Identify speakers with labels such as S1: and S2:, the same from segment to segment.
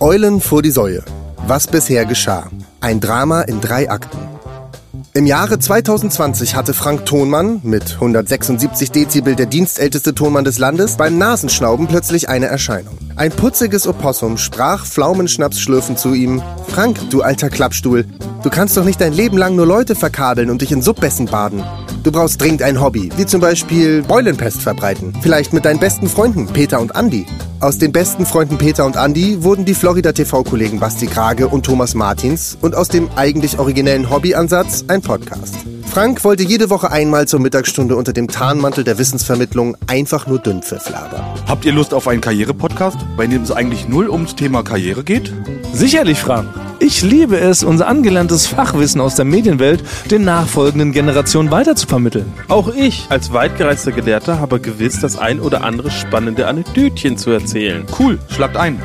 S1: Eulen vor die Säue. Was bisher geschah. Ein Drama in drei Akten. Im Jahre 2020 hatte Frank Tonmann, mit 176 Dezibel der dienstälteste Tonmann des Landes, beim Nasenschnauben plötzlich eine Erscheinung. Ein putziges Opossum sprach Pflaumenschnaps schlürfend zu ihm, Frank, du alter Klappstuhl, du kannst doch nicht dein Leben lang nur Leute verkabeln und dich in Subbessen baden. Du brauchst dringend ein Hobby, wie zum Beispiel Beulenpest verbreiten. Vielleicht mit deinen besten Freunden Peter und Andy. Aus den besten Freunden Peter und Andy wurden die Florida TV-Kollegen Basti Krage und Thomas Martins und aus dem eigentlich originellen Hobbyansatz ein Podcast. Frank wollte jede Woche einmal zur Mittagsstunde unter dem Tarnmantel der Wissensvermittlung einfach nur Dünnpfiff labern.
S2: Habt ihr Lust auf einen Karriere-Podcast, bei dem es eigentlich null ums Thema Karriere geht?
S3: Sicherlich, Frank. Ich liebe es, unser angelerntes Fachwissen aus der Medienwelt den nachfolgenden Generationen weiterzuvermitteln.
S4: Auch ich als weitgereister Gelehrter habe gewiss das ein oder andere spannende Anekdötchen zu erzählen.
S2: Cool, schlagt ein.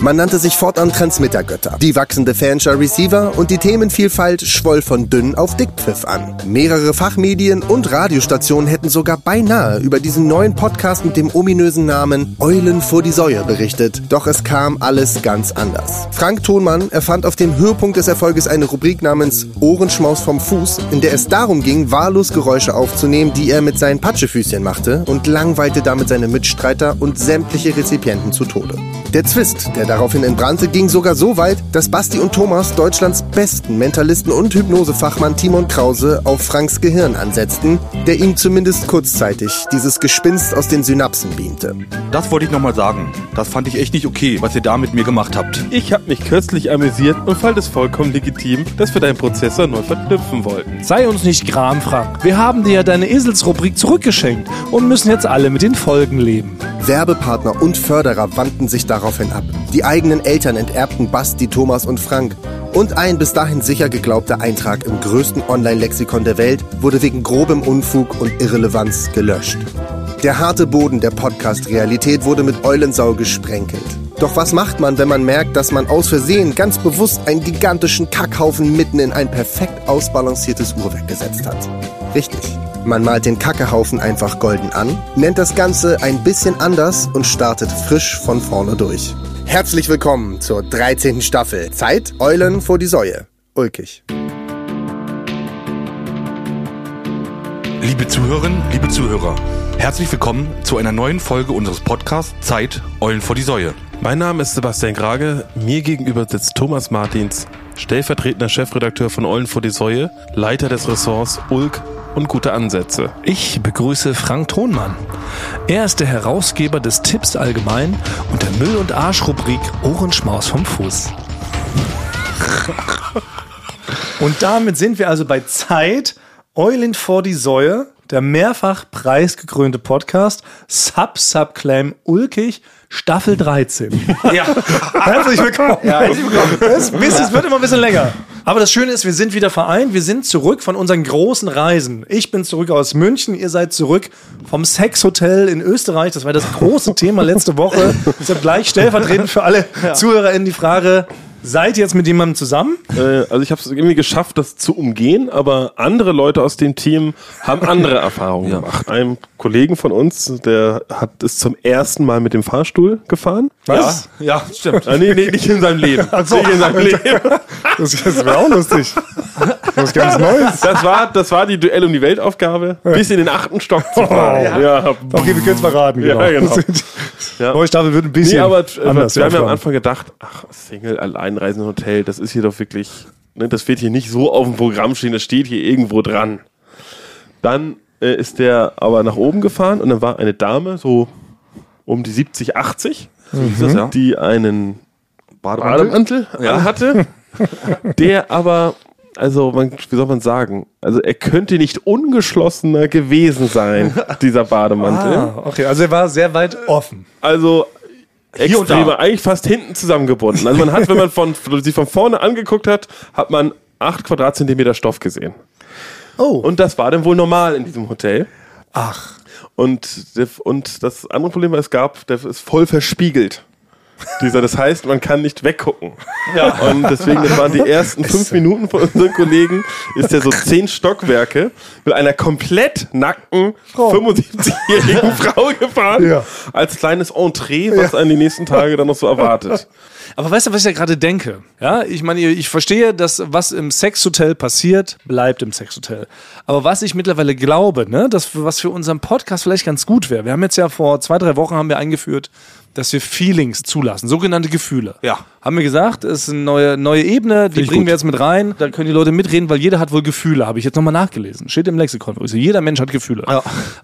S1: Man nannte sich fortan Transmittergötter. Die wachsende Fanschar Receiver und die Themenvielfalt schwoll von dünn auf dickpfiff an. Mehrere Fachmedien und Radiostationen hätten sogar beinahe über diesen neuen Podcast mit dem ominösen Namen Eulen vor die Säue berichtet. Doch es kam alles ganz anders. Frank Thonmann erfand auf dem Höhepunkt des Erfolges eine Rubrik namens Ohrenschmaus vom Fuß, in der es darum ging, wahllos Geräusche aufzunehmen, die er mit seinen Patschefüßchen machte und langweilte damit seine Mitstreiter und sämtliche Rezipienten zu Tode. Der Zwist, der daraufhin entbrannte, ging sogar so weit, dass Basti und Thomas Deutschlands besten Mentalisten und Hypnosefachmann Timon Krause auf Franks Gehirn ansetzten, der ihm zumindest kurzzeitig dieses Gespinst aus den Synapsen beamte.
S2: Das wollte ich nochmal sagen. Das fand ich echt nicht okay, was ihr da mit mir gemacht habt.
S4: Ich habe mich kürzlich amüsiert und fand es vollkommen legitim, dass wir deinen Prozessor neu verknüpfen wollten.
S3: Sei uns nicht gram, Frank. Wir haben dir ja deine Eselsrubrik zurückgeschenkt und müssen jetzt alle mit den Folgen leben.
S1: Werbepartner und Förderer wandten sich daraufhin ab. Die eigenen Eltern enterbten Basti, Thomas und Frank. Und ein bis dahin sicher geglaubter Eintrag im größten Online-Lexikon der Welt wurde wegen grobem Unfug und Irrelevanz gelöscht. Der harte Boden der Podcast-Realität wurde mit Eulensau gesprenkelt. Doch was macht man, wenn man merkt, dass man aus Versehen ganz bewusst einen gigantischen Kackhaufen mitten in ein perfekt ausbalanciertes Uhrwerk gesetzt hat? Richtig. Man malt den Kackehaufen einfach golden an, nennt das Ganze ein bisschen anders und startet frisch von vorne durch. Herzlich willkommen zur 13. Staffel. Zeit Eulen vor die Säue. Ulkig.
S2: Liebe Zuhörerinnen, liebe Zuhörer, herzlich willkommen zu einer neuen Folge unseres Podcasts Zeit Eulen vor die Säue.
S4: Mein Name ist Sebastian Grage, mir gegenüber sitzt Thomas Martins, stellvertretender Chefredakteur von Eulen vor die Säue, Leiter des Ressorts Ulk und gute Ansätze.
S3: Ich begrüße Frank Thonmann. Er ist der Herausgeber des Tipps allgemein und der Müll- und Arsch-Rubrik Ohrenschmaus vom Fuß. und damit sind wir also bei Zeit, Eulen vor die Säue, der mehrfach preisgekrönte Podcast, Sub-Subclaim Ulkig, Staffel 13.
S5: Ja,
S3: Herzlich willkommen. Das, wisst ihr, es wird immer ein bisschen länger. Aber das Schöne ist, wir sind wieder vereint. Wir sind zurück von unseren großen Reisen. Ich bin zurück aus München. Ihr seid zurück vom Sexhotel in Österreich. Das war das große Thema letzte Woche. Deshalb gleich stellvertretend für alle ZuhörerInnen die Frage: Seid ihr jetzt mit jemandem zusammen?
S4: Äh, also ich habe es irgendwie geschafft, das zu umgehen, aber andere Leute aus dem Team haben andere Erfahrungen gemacht. Ein Kollegen von uns, der hat es zum ersten Mal mit dem Fahrstuhl gefahren.
S3: Was?
S4: Ja, stimmt. Ah, nee, nee, nicht in seinem Leben. Nicht in seinem Leben.
S6: Das, das wäre auch lustig. Was ganz Neues.
S4: Das war, das war die Duell um die Weltaufgabe, bis in den achten Stock zu
S6: Oh.
S4: fahren. ja.
S6: Okay, wir können es verraten. Genau.
S4: Ja, genau. Ja.
S6: Neue Staffel wird ein bisschen
S4: Nee, aber äh,
S6: anders.
S4: wir haben ja am
S6: anfangen.
S4: Anfang gedacht, ach, Single, alleinreisende Hotel, das ist hier doch wirklich, ne, das wird hier nicht so auf dem Programm stehen, das steht hier irgendwo dran. Dann äh, ist der aber nach oben gefahren und dann war eine Dame, so um die 70, 80,
S6: Mhm.
S2: Ist das ja?
S4: die einen
S2: Bademantel?
S4: Bademantel hatte, der aber, also man, wie soll man sagen, also er könnte nicht ungeschlossener gewesen sein, dieser Bademantel.
S6: Ah, okay, also er war sehr weit offen.
S4: also
S2: und da.
S4: extreme, eigentlich fast hinten zusammengebunden. Also man hat, wenn man von, sie von vorne angeguckt hat, hat man acht Quadratzentimeter Stoff gesehen.
S6: Oh.
S4: Und das war dann wohl normal in diesem Hotel.
S6: Ach.
S4: Und, der- und das andere Problem war, es gab, der ist voll verspiegelt. Dieser, das heißt, man kann nicht weggucken. Und deswegen, das waren die ersten fünf Minuten von unseren Kollegen, ist der so zehn Stockwerke mit einer komplett nackten 75-jährigen Frau gefahren.
S6: Ja.
S4: Als kleines Entree, was einen die nächsten Tage dann noch so erwartet.
S3: Aber weißt du, was ich da gerade denke? Ja, ich meine, ich verstehe, dass was im Sexhotel passiert, bleibt im Sexhotel. Aber was ich mittlerweile glaube, ne, dass was für unseren Podcast vielleicht ganz gut wäre. Wir haben jetzt ja vor zwei, drei Wochen haben wir eingeführt, dass wir Feelings zulassen, sogenannte Gefühle.
S2: Ja.
S3: Haben wir gesagt, ist eine neue, neue Ebene, die bringen wir jetzt mit rein. Da können die Leute mitreden, weil jeder hat wohl Gefühle, habe ich jetzt nochmal nachgelesen. Steht im Lexikon. Also jeder Mensch hat Gefühle.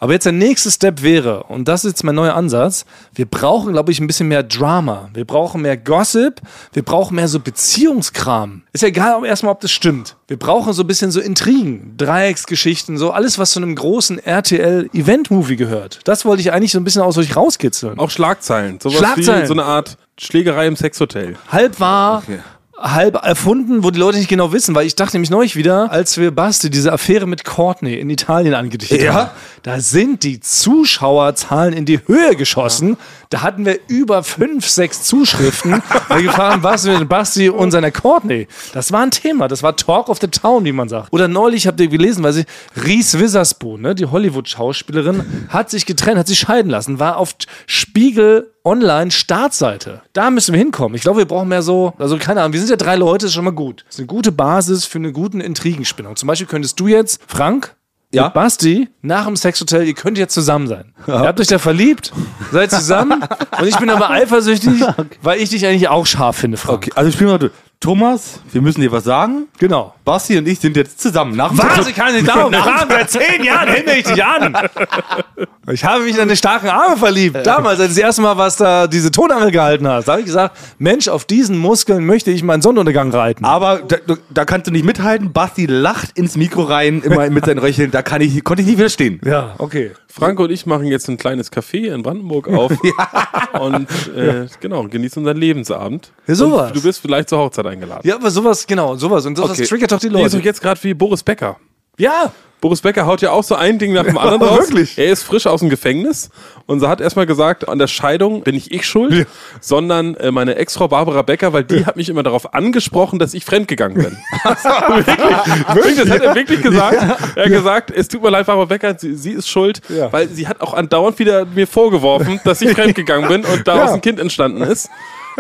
S3: Aber jetzt der nächste Step wäre, und das ist jetzt mein neuer Ansatz, wir brauchen, glaube ich, ein bisschen mehr Drama. Wir brauchen mehr Gossip. Wir brauchen mehr so Beziehungskram. Ist ja egal, ob erstmal, ob das stimmt. Wir brauchen so ein bisschen so Intrigen, Dreiecksgeschichten, so alles, was zu einem großen RTL-Event-Movie gehört. Das wollte ich eigentlich so ein bisschen aus euch rauskitzeln.
S2: Auch Schlagzeilen. Sowas
S3: Schlagzeilen.
S2: wie so eine Art Schlägerei im Sexhotel.
S3: halb wahr, halb erfunden, wo die Leute nicht genau wissen, weil ich dachte nämlich neulich wieder, als wir Basti diese Affäre mit Courtney in Italien angedichtet
S2: Ja.
S3: haben, da sind die Zuschauerzahlen in die Höhe geschossen. Da hatten wir über fünf, sechs Zuschriften, weil wir gefragt haben, was mit Basti und seiner Courtney. Das war ein Thema, das war Talk of the Town, wie man sagt. Oder neulich habt ihr gelesen, weil sie Reese Witherspoon, ne, die Hollywood-Schauspielerin, hat sich getrennt, hat sich scheiden lassen, war auf Spiegel Online Startseite. Da müssen wir hinkommen. Ich glaube, wir brauchen mehr so, also keine Ahnung, wir sind ja drei Leute, ist schon mal gut. Das ist eine gute Basis für eine gute Intrigenspinnung. Zum Beispiel könntest du jetzt, Frank,
S2: Ja.
S3: mit Basti, nach dem Sexhotel, ihr könnt jetzt zusammen sein. Ihr habt euch da verliebt, seid zusammen und ich bin aber eifersüchtig, weil ich dich eigentlich auch scharf finde, Frank.
S2: Okay, also spielen wir mal durch. Thomas, wir müssen dir was sagen.
S3: Genau.
S2: Basti und ich sind jetzt zusammen. Nach dem
S3: Was? Ich kann es nicht glauben. Frank, seit zehn Jahren himmel ich dich an. Ich habe mich in deine starken Arme verliebt. Damals, als du das erste Mal, was da diese Tonangel gehalten hast, da habe ich gesagt, Mensch, auf diesen Muskeln möchte ich meinen Sonnenuntergang reiten.
S2: Aber da, da kannst du nicht mithalten. Basti lacht ins Mikro rein, immer mit seinen Röcheln. Da kann ich, konnte ich nicht widerstehen.
S3: Ja, okay.
S4: Frank und ich machen jetzt ein kleines Café in Brandenburg auf und äh, genau, genießen unseren Lebensabend.
S3: Ja, sowas.
S4: Und du bist vielleicht zur Hochzeit eingeladen.
S3: Ja, aber sowas, genau, sowas. Und sowas
S4: Okay.
S3: triggert doch die
S4: Die ist doch
S3: Leute.
S4: jetzt gerade wie Boris Becker.
S3: Ja,
S4: Boris Becker haut ja auch so ein Ding nach dem anderen raus.
S6: wirklich?
S4: Er ist frisch aus dem Gefängnis und hat erstmal gesagt, an der Scheidung bin nicht ich schuld, sondern äh, meine Ex-Frau Barbara Becker, weil die hat mich immer darauf angesprochen, dass ich fremdgegangen bin. wirklich, das hat er wirklich gesagt. Er hat gesagt, es tut mir leid, Barbara Becker, sie, sie ist schuld,
S6: Ja.
S4: weil sie hat auch andauernd wieder mir vorgeworfen, dass ich fremdgegangen bin und daraus
S6: Ja.
S4: ein Kind entstanden ist.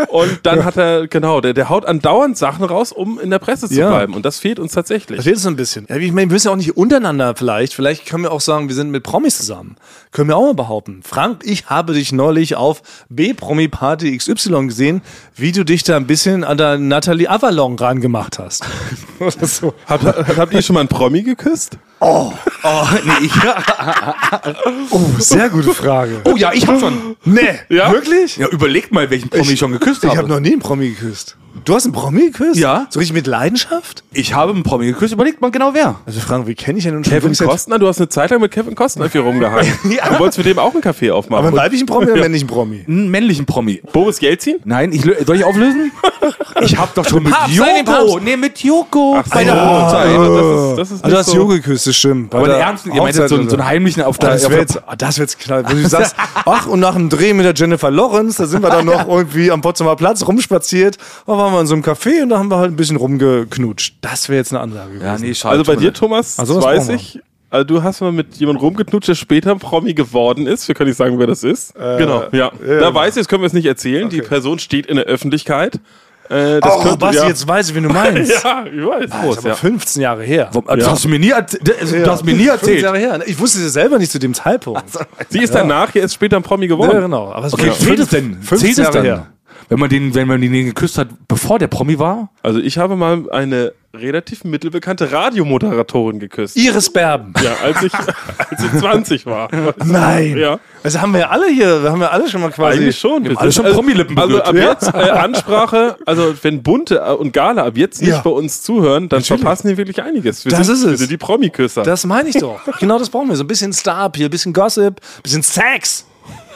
S4: Und dann hat er, genau, der, der haut andauernd Sachen raus, um in der Presse zu
S3: Ja.
S4: bleiben. Und das fehlt uns tatsächlich.
S3: versteht so ein bisschen. Ja, ich meine, wir müssen ja auch nicht untereinander vielleicht. Vielleicht können wir auch sagen, wir sind mit Promis zusammen. Können wir auch mal behaupten. Frank, ich habe dich neulich auf B-Promi-Party XY gesehen, wie du dich da ein bisschen an der Nathalie Avalon rangemacht hast.
S4: Habt, habt ihr schon mal einen Promi geküsst?
S2: Oh, nee, ich,
S3: Oh,
S6: Sehr gute Frage.
S2: oh ja, ich hab schon.
S3: Nee,
S4: Ja?
S3: wirklich?
S2: Ja, überlegt mal, welchen Promi ich, schon geküsst
S3: Ich
S2: habe.
S3: habe noch nie einen Promi geküsst. Du hast einen Promi geküsst?
S2: Ja.
S3: So richtig mit Leidenschaft?
S2: ich habe einen Promi geküsst. Überlegt mal genau wer.
S3: Also Frank, wie kenne ich denn nun schon
S4: Kevin
S3: wirklich seit-
S4: Costner? Du hast eine Zeit lang mit Kevin Costner viel rumgehangen.
S3: Ja.
S4: Du wolltest mit dem auch einen Café aufmachen.
S3: Aber einen weiblichen Promi oder einen männlichen Promi?
S2: Einen männlichen Promi.
S4: Boris
S3: Halt
S4: Jelzin?
S2: Nein, ich, lö- soll ich auflösen? Ich hab doch schon mit
S3: Papst, sei den
S2: Joko.
S3: Papst.
S2: Nee, mit Joko. Ach,
S4: Bei der Hochzeit. Das ist, das
S3: Also du
S4: ist nicht
S3: hast
S4: so.
S3: Yoga geküsst, das stimmt. Bei
S2: Aber der ernsten, ihr meint jetzt so, einen- so einen heimlichen auf der,
S3: Das
S2: auf
S3: wäre
S2: der
S3: jetzt, ah, das wär jetzt knall. Wenn du sagst, ach, und nach dem Dreh mit der Jennifer Lawrence, da sind wir dann noch irgendwie am Potsdamer Platz rumspaziert. Da waren wir in so einem Café und da haben wir halt ein bisschen rumgeknutscht. Das wäre jetzt eine Ansage gewesen.
S2: Ja, nee, schade.
S4: Also bei
S2: tut mir
S4: dir,
S2: leid.
S4: Thomas,
S3: Also was
S4: weiß
S3: brauchen
S4: ich. Also du hast mal mit jemandem rumgeknutscht, der später ein Promi geworden ist. Wir können nicht sagen, wer das ist.
S3: Äh,
S4: genau. Ja. Da weiß ich, das können wir es nicht erzählen. Die Person steht in der Öffentlichkeit. Äh, das
S3: oh, Basti,
S4: ja.
S3: jetzt weiß ich, wen du meinst.
S4: Ja, ich weiß.
S3: Das ist
S4: Prost,
S3: aber
S4: ja.
S3: 15 Jahre her.
S2: Oh, Das hast du mir nie, erz- das, das hast du mir nie
S3: 15
S2: erzählt.
S3: Jahre her. Ich wusste es ja selber nicht zu dem Zeitpunkt.
S4: Sie ist danach, jetzt später ein Promi geworden.
S3: ja, genau. Aber es
S2: Okay,
S3: war
S2: zählt
S3: fünf-
S2: es denn?
S3: 15
S2: Zählt es
S3: Jahre
S2: denn?
S3: her.
S2: Wenn man, den, wenn man den geküsst hat, bevor der Promi war?
S4: Also ich habe mal eine relativ mittelbekannte Radiomoderatorin geküsst.
S3: Iris Berben.
S4: Ja, als ich, als ich 20 war.
S3: Nein.
S4: Ja.
S3: Also haben wir ja alle hier, haben wir alle schon mal quasi.
S4: Eigentlich schon.
S2: haben alle schon Promilippen
S4: Also,
S2: berührt.
S4: also ab jetzt äh, Ansprache, also wenn Bunte und Gala ab jetzt nicht
S3: Ja.
S4: bei uns zuhören, dann verpassen die wirklich einiges. Wir
S3: Das
S4: sind,
S3: ist
S4: Wir
S3: es.
S4: sind die Promi-Küsser.
S3: Das meine ich doch. Genau das brauchen wir. So ein bisschen star hier, ein bisschen Gossip, ein bisschen Sex.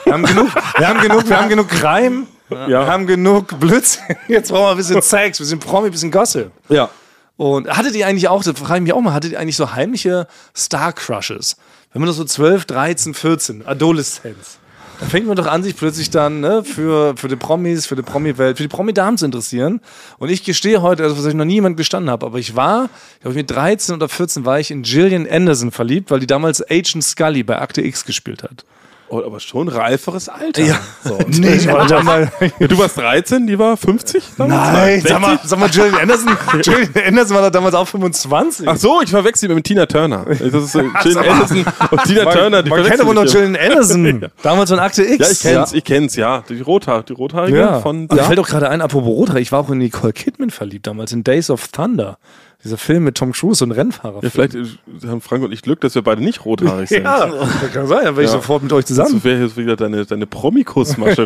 S3: Wir haben genug, wir haben genug, wir haben genug Reim, wir haben genug Blödsinn. Jetzt brauchen wir ein bisschen Sex, ein bisschen Promi, ein bisschen Gossip.
S2: Ja.
S3: Und hattet ihr eigentlich auch, das frage ich mich auch mal, hattet ihr eigentlich so heimliche Star-Crushes? Wenn man das so 12, 13, 14, Adoleszenz. Da fängt man doch an, sich plötzlich dann ne, für, für die Promis, für die Promi-Welt, für die Promi-Damen zu interessieren. Und ich gestehe heute, also was ich noch nie jemand gestanden habe, aber ich war, ich glaube, mit 13 oder 14 war ich in Gillian Anderson verliebt, weil die damals Agent Scully bei Akte X gespielt hat.
S4: Oh, aber schon reiferes Alter. So.
S3: Nee,
S2: Äh,
S3: ich war damals.
S4: Du warst 13, die war 50?
S3: Nein, sag mal, sag mal Gillian Anderson. Gillian Anderson war da damals auch 25.
S4: Ach so, ich verwechsel die mit Tina Turner. Das ist äh, Jillian Anderson und Tina Turner. Die
S3: Man kennt
S4: verwechsel
S3: aber noch
S4: ich
S3: Gillian Anderson. Damals von Akte X.
S4: Ja, ich kenn's, ich kenn's, ja. Die Rothaar, die Rothaarige
S3: Ja.
S4: von.
S3: Mir fällt auch gerade ein, apropos Rothaar, ich war auch in Nicole Kidman verliebt damals, in Days of Thunder. Dieser Film mit Tom Cruise und Rennfahrer.
S4: Ja, vielleicht äh, haben Frank und ich Glück, dass wir beide nicht rothaarig sind.
S3: das kann sein, dann wäre ich sofort mit euch
S4: So
S3: zusammen.
S4: wäre jetzt wieder deine, deine Promikus-Masche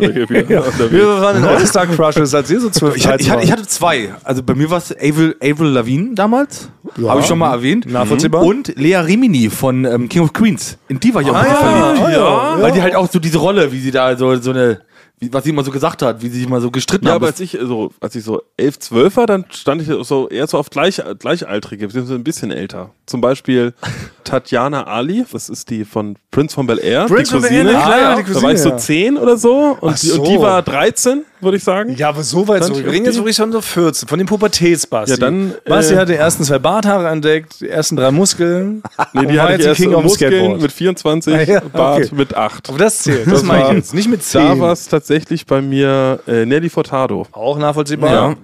S4: wieder
S3: Wir
S4: unterwegs.
S3: waren in All-Star-Crushes, als ihr so zwölf,
S5: Ich hatte, ich, hatte, ich
S3: hatte,
S5: hatte zwei. Also bei mir war es Avril, Avril Lavigne damals. Habe ich schon mal erwähnt.
S3: Mhm. Nachvollziehbar.
S5: Und Lea Rimini von ähm, King of Queens. In die war ich auch ah,
S3: ja,
S5: verliebt.
S3: ah, ja.
S5: Weil die halt auch so diese Rolle, wie sie da so, so eine, wie, was sie immer so gesagt hat, wie sie sich mal so gestritten
S4: Ja,
S5: haben.
S4: aber als ich äh, so, als ich so elf, zwölf war, dann stand ich so eher so auf gleich, Gleichaltrige, beziehungsweise ein bisschen älter. Zum Beispiel Tatjana Ali, das ist die von Prince von Bel Air,
S3: Prince
S4: die
S3: von Bel
S4: Cousine.
S3: Air, na klar,
S4: ja.
S3: die
S4: da war
S3: Cousine,
S4: ich so
S3: ja.
S4: zehn oder so und,
S3: Ach
S4: die,
S3: so.
S4: und die war 13, würde ich sagen.
S3: ja, aber so weit
S4: zurück.
S3: zurückgehen jetzt wirklich schon so 14, von dem Pubertätsbasti.
S4: Ja, dann,
S3: Basti
S4: äh,
S3: hat die ersten zwei Barthaare entdeckt, die ersten drei Muskeln.
S4: Nee, die
S3: Und war
S4: hatte
S3: jetzt
S4: ich
S3: ein
S4: erst
S3: King of
S4: Muskeln
S3: Skateboard.
S4: mit 24,
S3: Ah, ja,
S4: Bart
S3: okay.
S4: mit 8.
S3: Aber das zählt, das,
S4: Das
S3: meine ich
S4: war-
S3: jetzt. Nicht mit 10.
S4: Da war es tatsächlich bei mir äh, Nelly Furtado.
S3: Auch nachvollziehbar.
S4: Ja.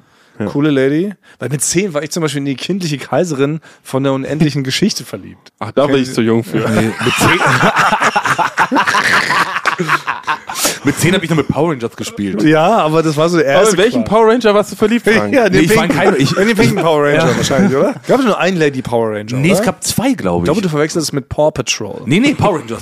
S3: Coole Lady. Weil mit 10 war ich zum Beispiel in die kindliche Kaiserin von der unendlichen Geschichte verliebt.
S4: Ach, da war ich zu jung für.
S5: mit zehn habe ich noch mit Power Rangers gespielt.
S3: Ja, aber das war so der
S4: Aber in welchen Power Ranger warst du verliebt, Frank?
S3: Ja, den
S5: Nee, ich war in
S3: pinken-
S5: keinem- ich-
S3: in den pinken Power Ranger wahrscheinlich, oder? Gab es nur einen Lady Power Ranger?
S5: Nee,
S3: oder?
S5: es gab zwei, glaube ich.
S3: Ich glaube, du verwechselst es mit Paw Patrol.
S5: nee, nee, Power Rangers.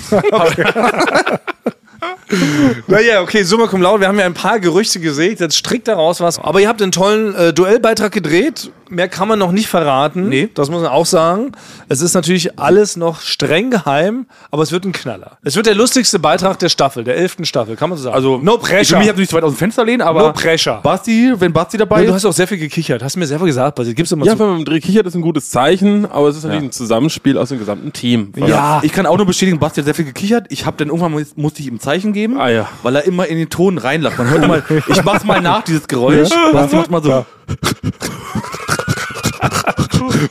S3: Naja, okay, Summa Cum Laude, wir haben ja ein paar Gerüchte gesägt, jetzt strickt daraus was. Aber ihr habt einen tollen äh, Duellbeitrag gedreht, mehr kann man noch nicht verraten.
S5: Nee.
S3: Das muss man auch sagen. Es ist natürlich alles noch streng geheim, aber es wird ein Knaller. Es wird der lustigste Beitrag der Staffel, der elften Staffel, kann man so sagen.
S5: Also,
S3: no
S5: Ich will
S3: pressure.
S5: mich nicht zu weit aus dem Fenster lehnen, aber.
S3: No pressure.
S5: Basti, wenn Basti dabei
S3: Ja,
S5: ist.
S3: du hast auch sehr viel gekichert, hast du mir selber gesagt, Basti, gib's doch mal
S4: Ja,
S5: Also
S3: zu.
S4: wenn man mit Dreh kichert, ist ein gutes Zeichen, aber es ist natürlich ein Zusammenspiel aus dem gesamten Team.
S5: Ja. Ich kann auch nur bestätigen, Basti hat sehr viel gekichert. Ich habe dann irgendwann muss- musste ich ihm ein Zeichen geben,
S4: Ah, ja.
S5: weil er immer in den Ton reinlacht. Man hört mal, ich mach's mal nach, dieses Geräusch. Basti macht mal so.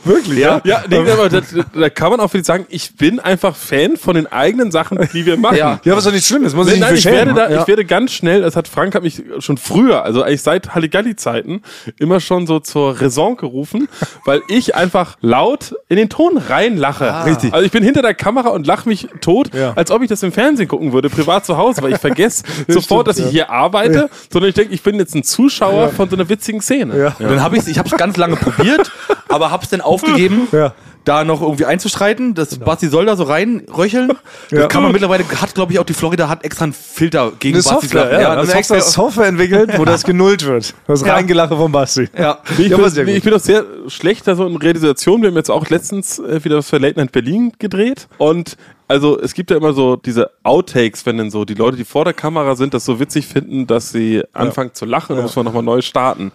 S4: Wirklich, ja? Ja, nee, aber da, da kann man auch wirklich sagen, ich bin einfach Fan von den eigenen Sachen, die wir machen.
S5: Ja.
S3: Ja, was doch nicht schlimm ist, muss
S4: Nein, nein, ich, werde da,
S5: Ja.
S4: ich werde ganz schnell, das hat Frank hat mich schon früher, also eigentlich seit Halligalli-Zeiten, immer schon so zur Raison gerufen, weil ich einfach laut in den Ton reinlache. Richtig. Also ich bin hinter der Kamera und lache mich tot,
S3: Ja.
S4: als ob ich das im Fernsehen gucken würde, privat zu Hause, weil ich vergesse sofort, dass ich hier arbeite, sondern ich denke, ich bin jetzt ein Zuschauer von so einer witzigen Szene.
S5: Und dann habe ich ich habe es ganz lange probiert, aber habe es dann aufgegeben,
S3: Ja. Genau.
S5: da noch irgendwie einzuschreiten. Das Basti soll da so reinröcheln. Das kann man mittlerweile, hat glaube ich auch die Florida hat extra einen Filter gegen
S3: Eine
S5: Basti.
S3: Software, ja.
S5: ja,
S3: haben
S5: eine
S3: wir extra
S5: Software.
S3: Software entwickelt, wo das genullt wird. Das Reingelache von Basti.
S5: Ja.
S4: Nee, Ich,
S3: Ja, aber sehr
S4: bin,
S3: gut.
S4: ich bin auch sehr schlecht da so in Realisation. Wir haben jetzt auch letztens äh, wieder was für Late Night Berlin gedreht. Und also es gibt ja immer so diese Outtakes, wenn dann so die Leute, die vor der Kamera sind, das so witzig finden, dass sie anfangen zu lachen. Dann muss man nochmal neu starten.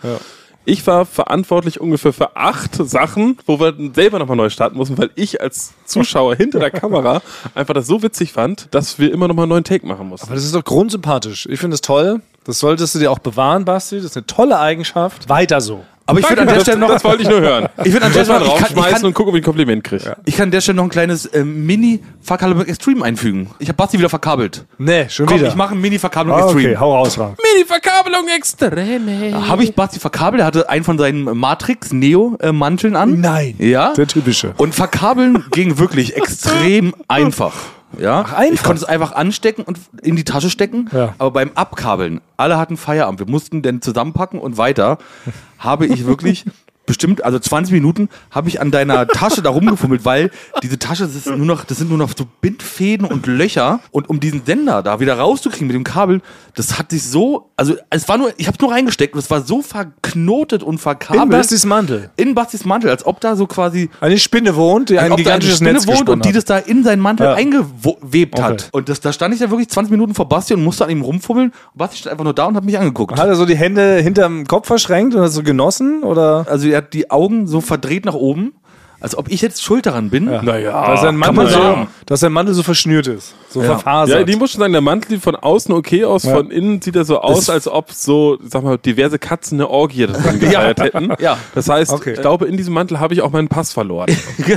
S4: Ich war verantwortlich ungefähr für acht Sachen, wo wir dann selber nochmal neu starten mussten, weil ich als Zuschauer hinter der Kamera einfach das so witzig fand, dass wir immer nochmal einen neuen Take machen mussten.
S3: Aber das ist doch grundsympathisch. Ich finde es toll. Das solltest du dir auch bewahren, Basti. Das ist eine tolle Eigenschaft. Weiter so.
S5: Aber ich würde an der Stelle noch
S4: das wollte ich nur hören.
S5: Ich würde an der
S4: das mal
S5: Stelle noch- ich kann-
S4: draufschmeißen
S5: ich kann-
S4: und gucken, ob ich ein Kompliment kriege.
S5: ich kann an der Stelle noch ein kleines ähm, Mini Verkabelung Extreme einfügen. Ich habe Basti wieder verkabelt.
S3: Nee, schon
S5: Komm,
S3: wieder.
S5: ich mache einen Mini Verkabelung
S3: ah,
S5: Extreme.
S3: okay, hau raus, Frank.
S4: Mini-Verkabelung extreme.
S5: Habe ich Basti verkabelt? Er hatte einen von seinen Matrix-Neo-Manteln an.
S3: Nein.
S5: Ja.
S3: Der typische.
S5: Und verkabeln ging wirklich extrem einfach. Ja. Ich konnte es einfach anstecken und in die Tasche stecken.
S3: Ja.
S5: Aber beim Abkabeln, alle hatten Feierabend. Wir mussten dann zusammenpacken und weiter. Habe ich wirklich bestimmt, also 20 Minuten, habe ich an deiner Tasche da rumgefummelt, weil diese Tasche, das, ist nur noch, das sind nur noch so Bindfäden und Löcher. Und um diesen Sender da wieder rauszukriegen mit dem Kabel, das hat sich so, also es war nur, ich habe es nur reingesteckt und es war so verknotet und verkabelt.
S3: In Bastis Mantel.
S5: In Bastis Mantel, als ob da so quasi
S3: Eine Spinne wohnt, die ein
S5: ob da eine
S3: gigantisches
S5: Spinne
S3: Netz
S5: wohnt
S3: gesponnen
S5: und die
S3: hat.
S5: das da in seinen Mantel
S3: Ja.
S5: eingewebt
S3: Okay.
S5: hat. Und das, da stand ich ja wirklich 20 Minuten vor Basti und musste an ihm rumfummeln. Und Basti stand einfach nur da und hat mich angeguckt.
S3: Hat er so die Hände hinterm Kopf verschränkt und hat so genossen? Oder?
S5: Also er hat die Augen so verdreht nach oben. Als ob ich jetzt schuld daran bin. Also
S3: Naja, dass sein
S5: kann
S3: Mantel,
S5: man
S3: so,
S5: sagen.
S3: dass sein Mantel so verschnürt ist. So
S4: Ja,
S3: verfasert.
S4: die muss schon sagen, der Mantel sieht von außen okay aus, von innen sieht er so aus, als ob so, sag mal, diverse Katzen eine Orgie darin gefeiert hätten.
S5: Ja.
S4: Das heißt,
S3: Okay.
S4: ich glaube, in diesem Mantel habe ich auch meinen Pass verloren.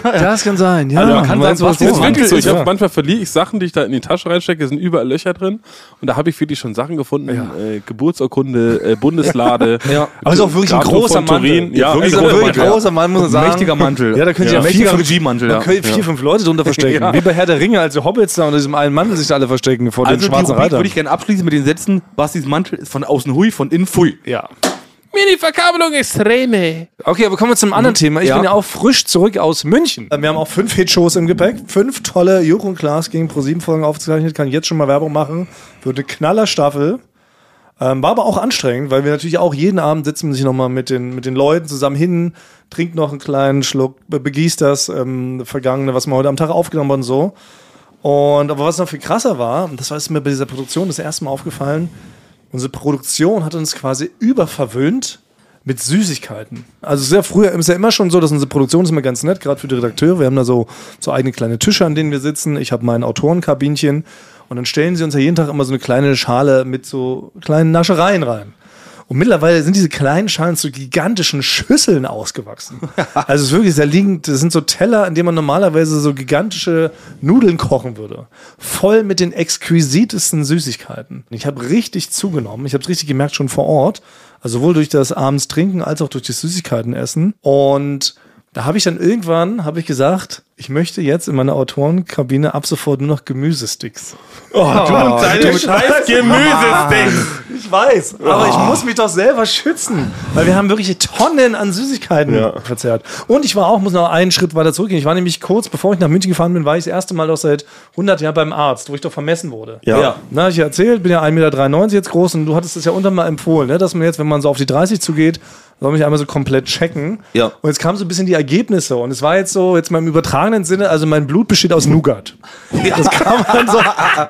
S3: das kann sein, ja.
S5: Also man kann sagen, was
S3: Oh,
S4: Das ist
S5: Mantel
S4: wirklich so. Ich
S3: wahr.
S4: hab, manchmal verliere ich Sachen, die ich da in die Tasche reinstecke, sind überall Löcher drin. Und da habe ich wirklich schon Sachen gefunden. Äh, Geburtsurkunde, äh, Bundeslade.
S5: Ja.
S3: Aber ist auch wirklich ein
S4: Grabhof
S3: großer
S4: von Turin.
S3: Mantel.
S4: Ja,
S3: wirklich
S4: also
S3: ein großer,
S4: wirklich
S3: Mantel. großer Mann, muss man sagen.
S5: mächtiger Mantel.
S3: Ja, da können sich ja,
S5: Ja.
S3: vier,
S5: Mächtiger Regie-Mantel,
S3: da
S5: ja.
S3: können vier, fünf Leute drunter verstecken. Wie bei Herr der Ringe, als die Hobbits da unter diesem einen Mantel sich da alle verstecken vor
S5: Also
S3: dem
S5: die
S3: schwarzen
S5: Rubrik
S3: Reiter.
S5: würde ich gerne abschließen mit den Sätzen, Bastis Mantel ist von außen hui, von innen fui.
S3: ja.
S4: Mini-Verkabelung extreme.
S3: Okay, aber kommen wir zum anderen Thema. Ich
S5: Ja.
S3: bin Mhm. ja auch frisch zurück aus München. Wir haben auch fünf Hitshows im Gepäck. Fünf tolle Joko und Klaas gegen ProSieben-Folgen aufgezeichnet. Kann ich jetzt schon mal Werbung machen. Wird eine Knallerstaffel. Ähm, war aber auch anstrengend, weil wir natürlich auch jeden Abend sitzen sich nochmal mit den, mit den Leuten zusammen hin, trinkt noch einen kleinen Schluck, be- begießt das ähm, Vergangene, was man heute am Tag aufgenommen hat und so. Und aber was noch viel krasser war, und das war ist mir bei dieser Produktion das erste Mal aufgefallen, unsere Produktion hat uns quasi überverwöhnt mit Süßigkeiten. Also sehr früher ist ja immer schon so, dass unsere Produktion ist immer ganz nett, gerade für die Redakteure. Wir haben da so, so eigene kleine Tische, an denen wir sitzen. Ich habe mein Autorenkabinchen und dann stellen sie uns ja jeden Tag immer so eine kleine Schale mit so kleinen Naschereien rein. Und mittlerweile sind diese kleinen Schalen zu gigantischen Schüsseln ausgewachsen. Also es ist wirklich, da liegen, das sind so Teller, in denen man normalerweise so gigantische Nudeln kochen würde. Voll mit den exquisitesten Süßigkeiten. Ich habe richtig zugenommen. Ich habe es richtig gemerkt schon vor Ort. Also sowohl durch das abends Trinken als auch durch das Süßigkeitenessen. Und da habe ich dann irgendwann, habe ich gesagt, ich möchte jetzt in meiner Autorenkabine ab sofort nur noch Gemüsesticks.
S4: Oh, Und deine scheiß Gemüsesticks.
S3: Ich weiß, aber ich muss mich doch selber schützen, weil wir haben wirklich Tonnen an Süßigkeiten verzehrt. Und ich war auch, muss noch einen Schritt weiter zurückgehen. Ich war nämlich kurz, bevor ich nach München gefahren bin, war ich das erste Mal doch seit 100 Jahren beim Arzt, wo ich doch vermessen wurde.
S4: Ja.
S3: Na, ich erzählt, bin ja 1,93 Meter jetzt groß und du hattest es ja unter mal empfohlen, ne, dass man jetzt, wenn man so auf die 30 zugeht, soll mich einmal so komplett checken.
S5: Ja.
S3: Und jetzt kamen so ein bisschen die Ergebnisse und es war jetzt so, jetzt mal im übertragenen Sinne, also mein Blut besteht aus Nougat. Das kann man so,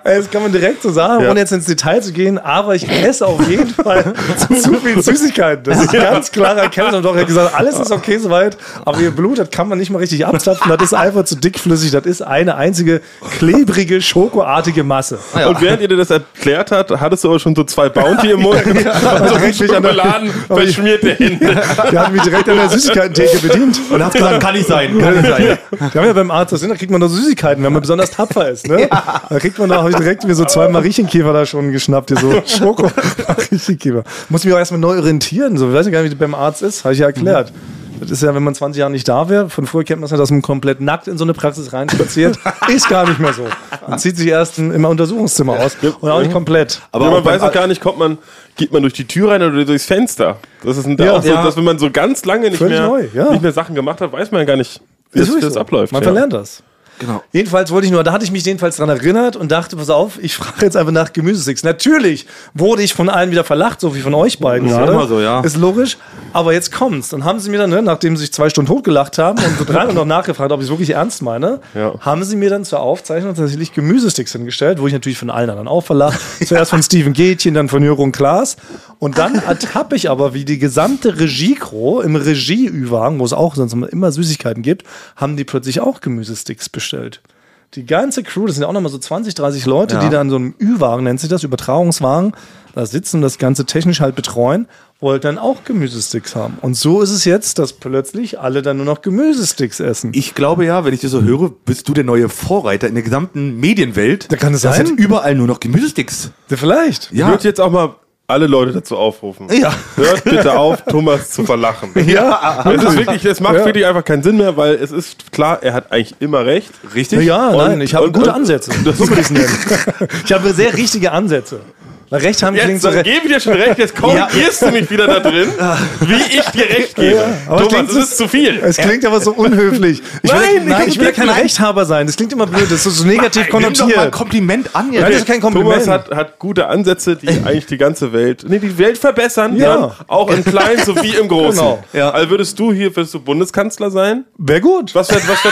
S3: das kann man direkt so sagen, ohne jetzt ins Detail zu gehen, aber ich esse auf jeden Fall zu, zu viel Süßigkeiten. Das ist ganz klare Erkenntnis. Und doch, er hat gesagt, alles ist okay soweit, aber ihr Blut, das kann man nicht mal richtig abzapfen, das ist einfach zu dickflüssig, das ist eine einzige klebrige, schokoartige Masse.
S4: Und während ihr dir das erklärt hat, hattest du aber schon so zwei Bounty im Mund. und so richtig an der Laden verschmierte Hände.
S3: Der hat mich direkt an der Süßigkeitentheke bedient. Und hat gesagt, kann ich sein, kann ich sein. Wir haben ja beim Arzt das hin, da kriegt man da Süßigkeiten, wenn man besonders tapfer ist. Ne? Da kriegt man da, habe ich direkt mir so zwei Mariechenkäfer da schon geschnappt, hier so Schoko. Mariechenkäfer. Muss mich auch erstmal neu orientieren. So. Ich weiß ja gar nicht, wie das beim Arzt ist, habe ich ja erklärt. Das ist ja, wenn man 20 Jahre nicht da wäre, von früher kennt man es ja, dass man komplett nackt in so eine Praxis reinspaziert. ist gar nicht mehr so. Man zieht sich erst im im Untersuchungszimmer aus und auch nicht komplett.
S4: Aber man weiß auch gar nicht, kommt man, geht man durch die Tür rein oder durchs Fenster. Das ist ein,
S3: Ja.
S4: auch so,
S3: Ja.
S4: dass wenn man so ganz lange nicht
S3: Völlig
S4: mehr,
S3: neu, ja.
S4: nicht mehr Sachen gemacht hat, weiß man gar nicht, wie das,
S3: wirklich
S4: das
S3: so.
S4: abläuft.
S3: Man
S4: ja.
S3: verlernt das.
S5: Genau.
S3: Jedenfalls wollte ich nur, da hatte ich mich jedenfalls dran erinnert und dachte, pass auf, ich frage jetzt einfach nach Gemüsesticks. Natürlich wurde ich von allen wieder verlacht, so wie von euch beiden gerade.
S5: immer so, ja.
S3: Ist logisch. Aber jetzt kommt's. Dann haben sie mir dann, ne, nachdem sie sich zwei Stunden totgelacht haben und so dreimal noch nachgefragt, ob ich es wirklich ernst meine, haben sie mir dann zur Aufzeichnung tatsächlich Gemüsesticks hingestellt, wo ich natürlich von allen anderen auch verlacht. Zuerst von Steven Gätchen, dann von Jürgen Klaas. Und dann ertappe ich aber, wie die gesamte Regie-Crew im Regie-Ü-Wagen, wo es auch sonst immer Süßigkeiten gibt, haben die plötzlich auch Gemüsesticks bestellt. Die ganze Crew, das sind ja auch nochmal so 20, 30 Leute, die da in so einem Ü-Wagen, nennt sich das, Übertragungswagen, da sitzen und das Ganze technisch halt betreuen, wollten dann auch Gemüsesticks haben. Und so ist es jetzt, dass plötzlich alle dann nur noch Gemüsesticks essen.
S5: Ich glaube ja, wenn ich das so höre, bist du der neue Vorreiter in der gesamten Medienwelt.
S3: Da kann es
S5: Das
S3: sein.
S5: sind überall nur noch Gemüsesticks.
S3: Vielleicht.
S4: Ich würde jetzt auch mal alle Leute dazu aufrufen.
S5: Ja.
S4: Hört bitte auf, Thomas zu verlachen.
S3: Ja,
S4: Es ist wirklich, es macht wirklich einfach keinen Sinn mehr, weil es ist klar, er hat eigentlich immer recht.
S5: Richtig?
S3: ja, ja
S4: Und-
S3: nein, ich habe
S4: und-
S3: gute
S4: und-
S3: Ansätze. So will ich's nennen. ich habe sehr richtige Ansätze. Weil Recht haben klingt
S4: Jetzt
S3: so
S4: dann
S3: recht.
S4: gebe ich dir schon recht, jetzt korrigierst du mich wieder da drin, wie ich dir recht gebe.
S3: aber klingt
S4: Thomas,
S3: so-
S4: es ist zu viel.
S3: Es klingt aber so unhöflich. Ich
S4: Nein,
S3: will,
S4: ich hab
S3: nein, ich will
S4: Glück,
S3: kein
S4: nein.
S3: Rechthaber sein. Das klingt immer blöd. Das ist so- so negativ
S5: Nimm doch mal ein
S3: konnotiert.
S5: Kompliment an jetzt.
S3: Nein, das ist kein Kompliment.
S4: Thomas hat, hat gute Ansätze, die eigentlich die ganze Welt, nee, die Welt verbessern
S3: Ja.
S4: kann, auch im Kleinen sowie im Großen.
S3: Genau,
S5: ja.
S4: Also würdest du hier, würdest du Bundeskanzler sein?
S3: Wär gut.
S4: Was wäre was wär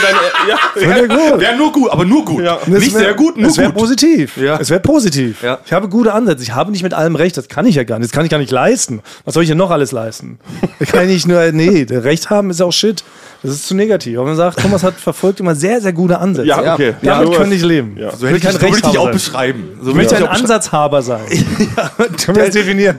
S3: Wär
S4: deine, ja,
S3: gut.
S5: Ja, nur gut, aber nur gut.
S4: Ja.
S3: Das
S5: Nicht
S3: wär-
S5: sehr gut, nur
S3: Es wäre
S5: gut.
S3: positiv.
S5: Ja.
S3: Es wäre positiv.
S5: Ja.
S3: Ich habe gute Ansätze. Ich ich habe nicht mit allem recht, das kann ich ja gar nicht, das kann ich gar nicht leisten. Was soll ich denn noch alles leisten? Da kann ich nur, nee, recht haben ist auch shit. Das ist zu negativ. Aber man sagt, Thomas hat verfolgt immer sehr, sehr gute Ansätze.
S4: Ja, okay.
S3: Damit
S4: Ja, Thomas-
S3: könnte ich leben.
S4: Ja.
S5: So hätte ich,
S3: kein
S5: dich- so würde ich dich
S3: Rechthaber
S5: auch
S3: sein.
S5: beschreiben. So
S3: Ich
S5: würde
S3: möchte
S5: ich dich
S3: ein
S5: auch beschreiben.
S3: Ansatzhaber sein.
S6: Können wir das definieren?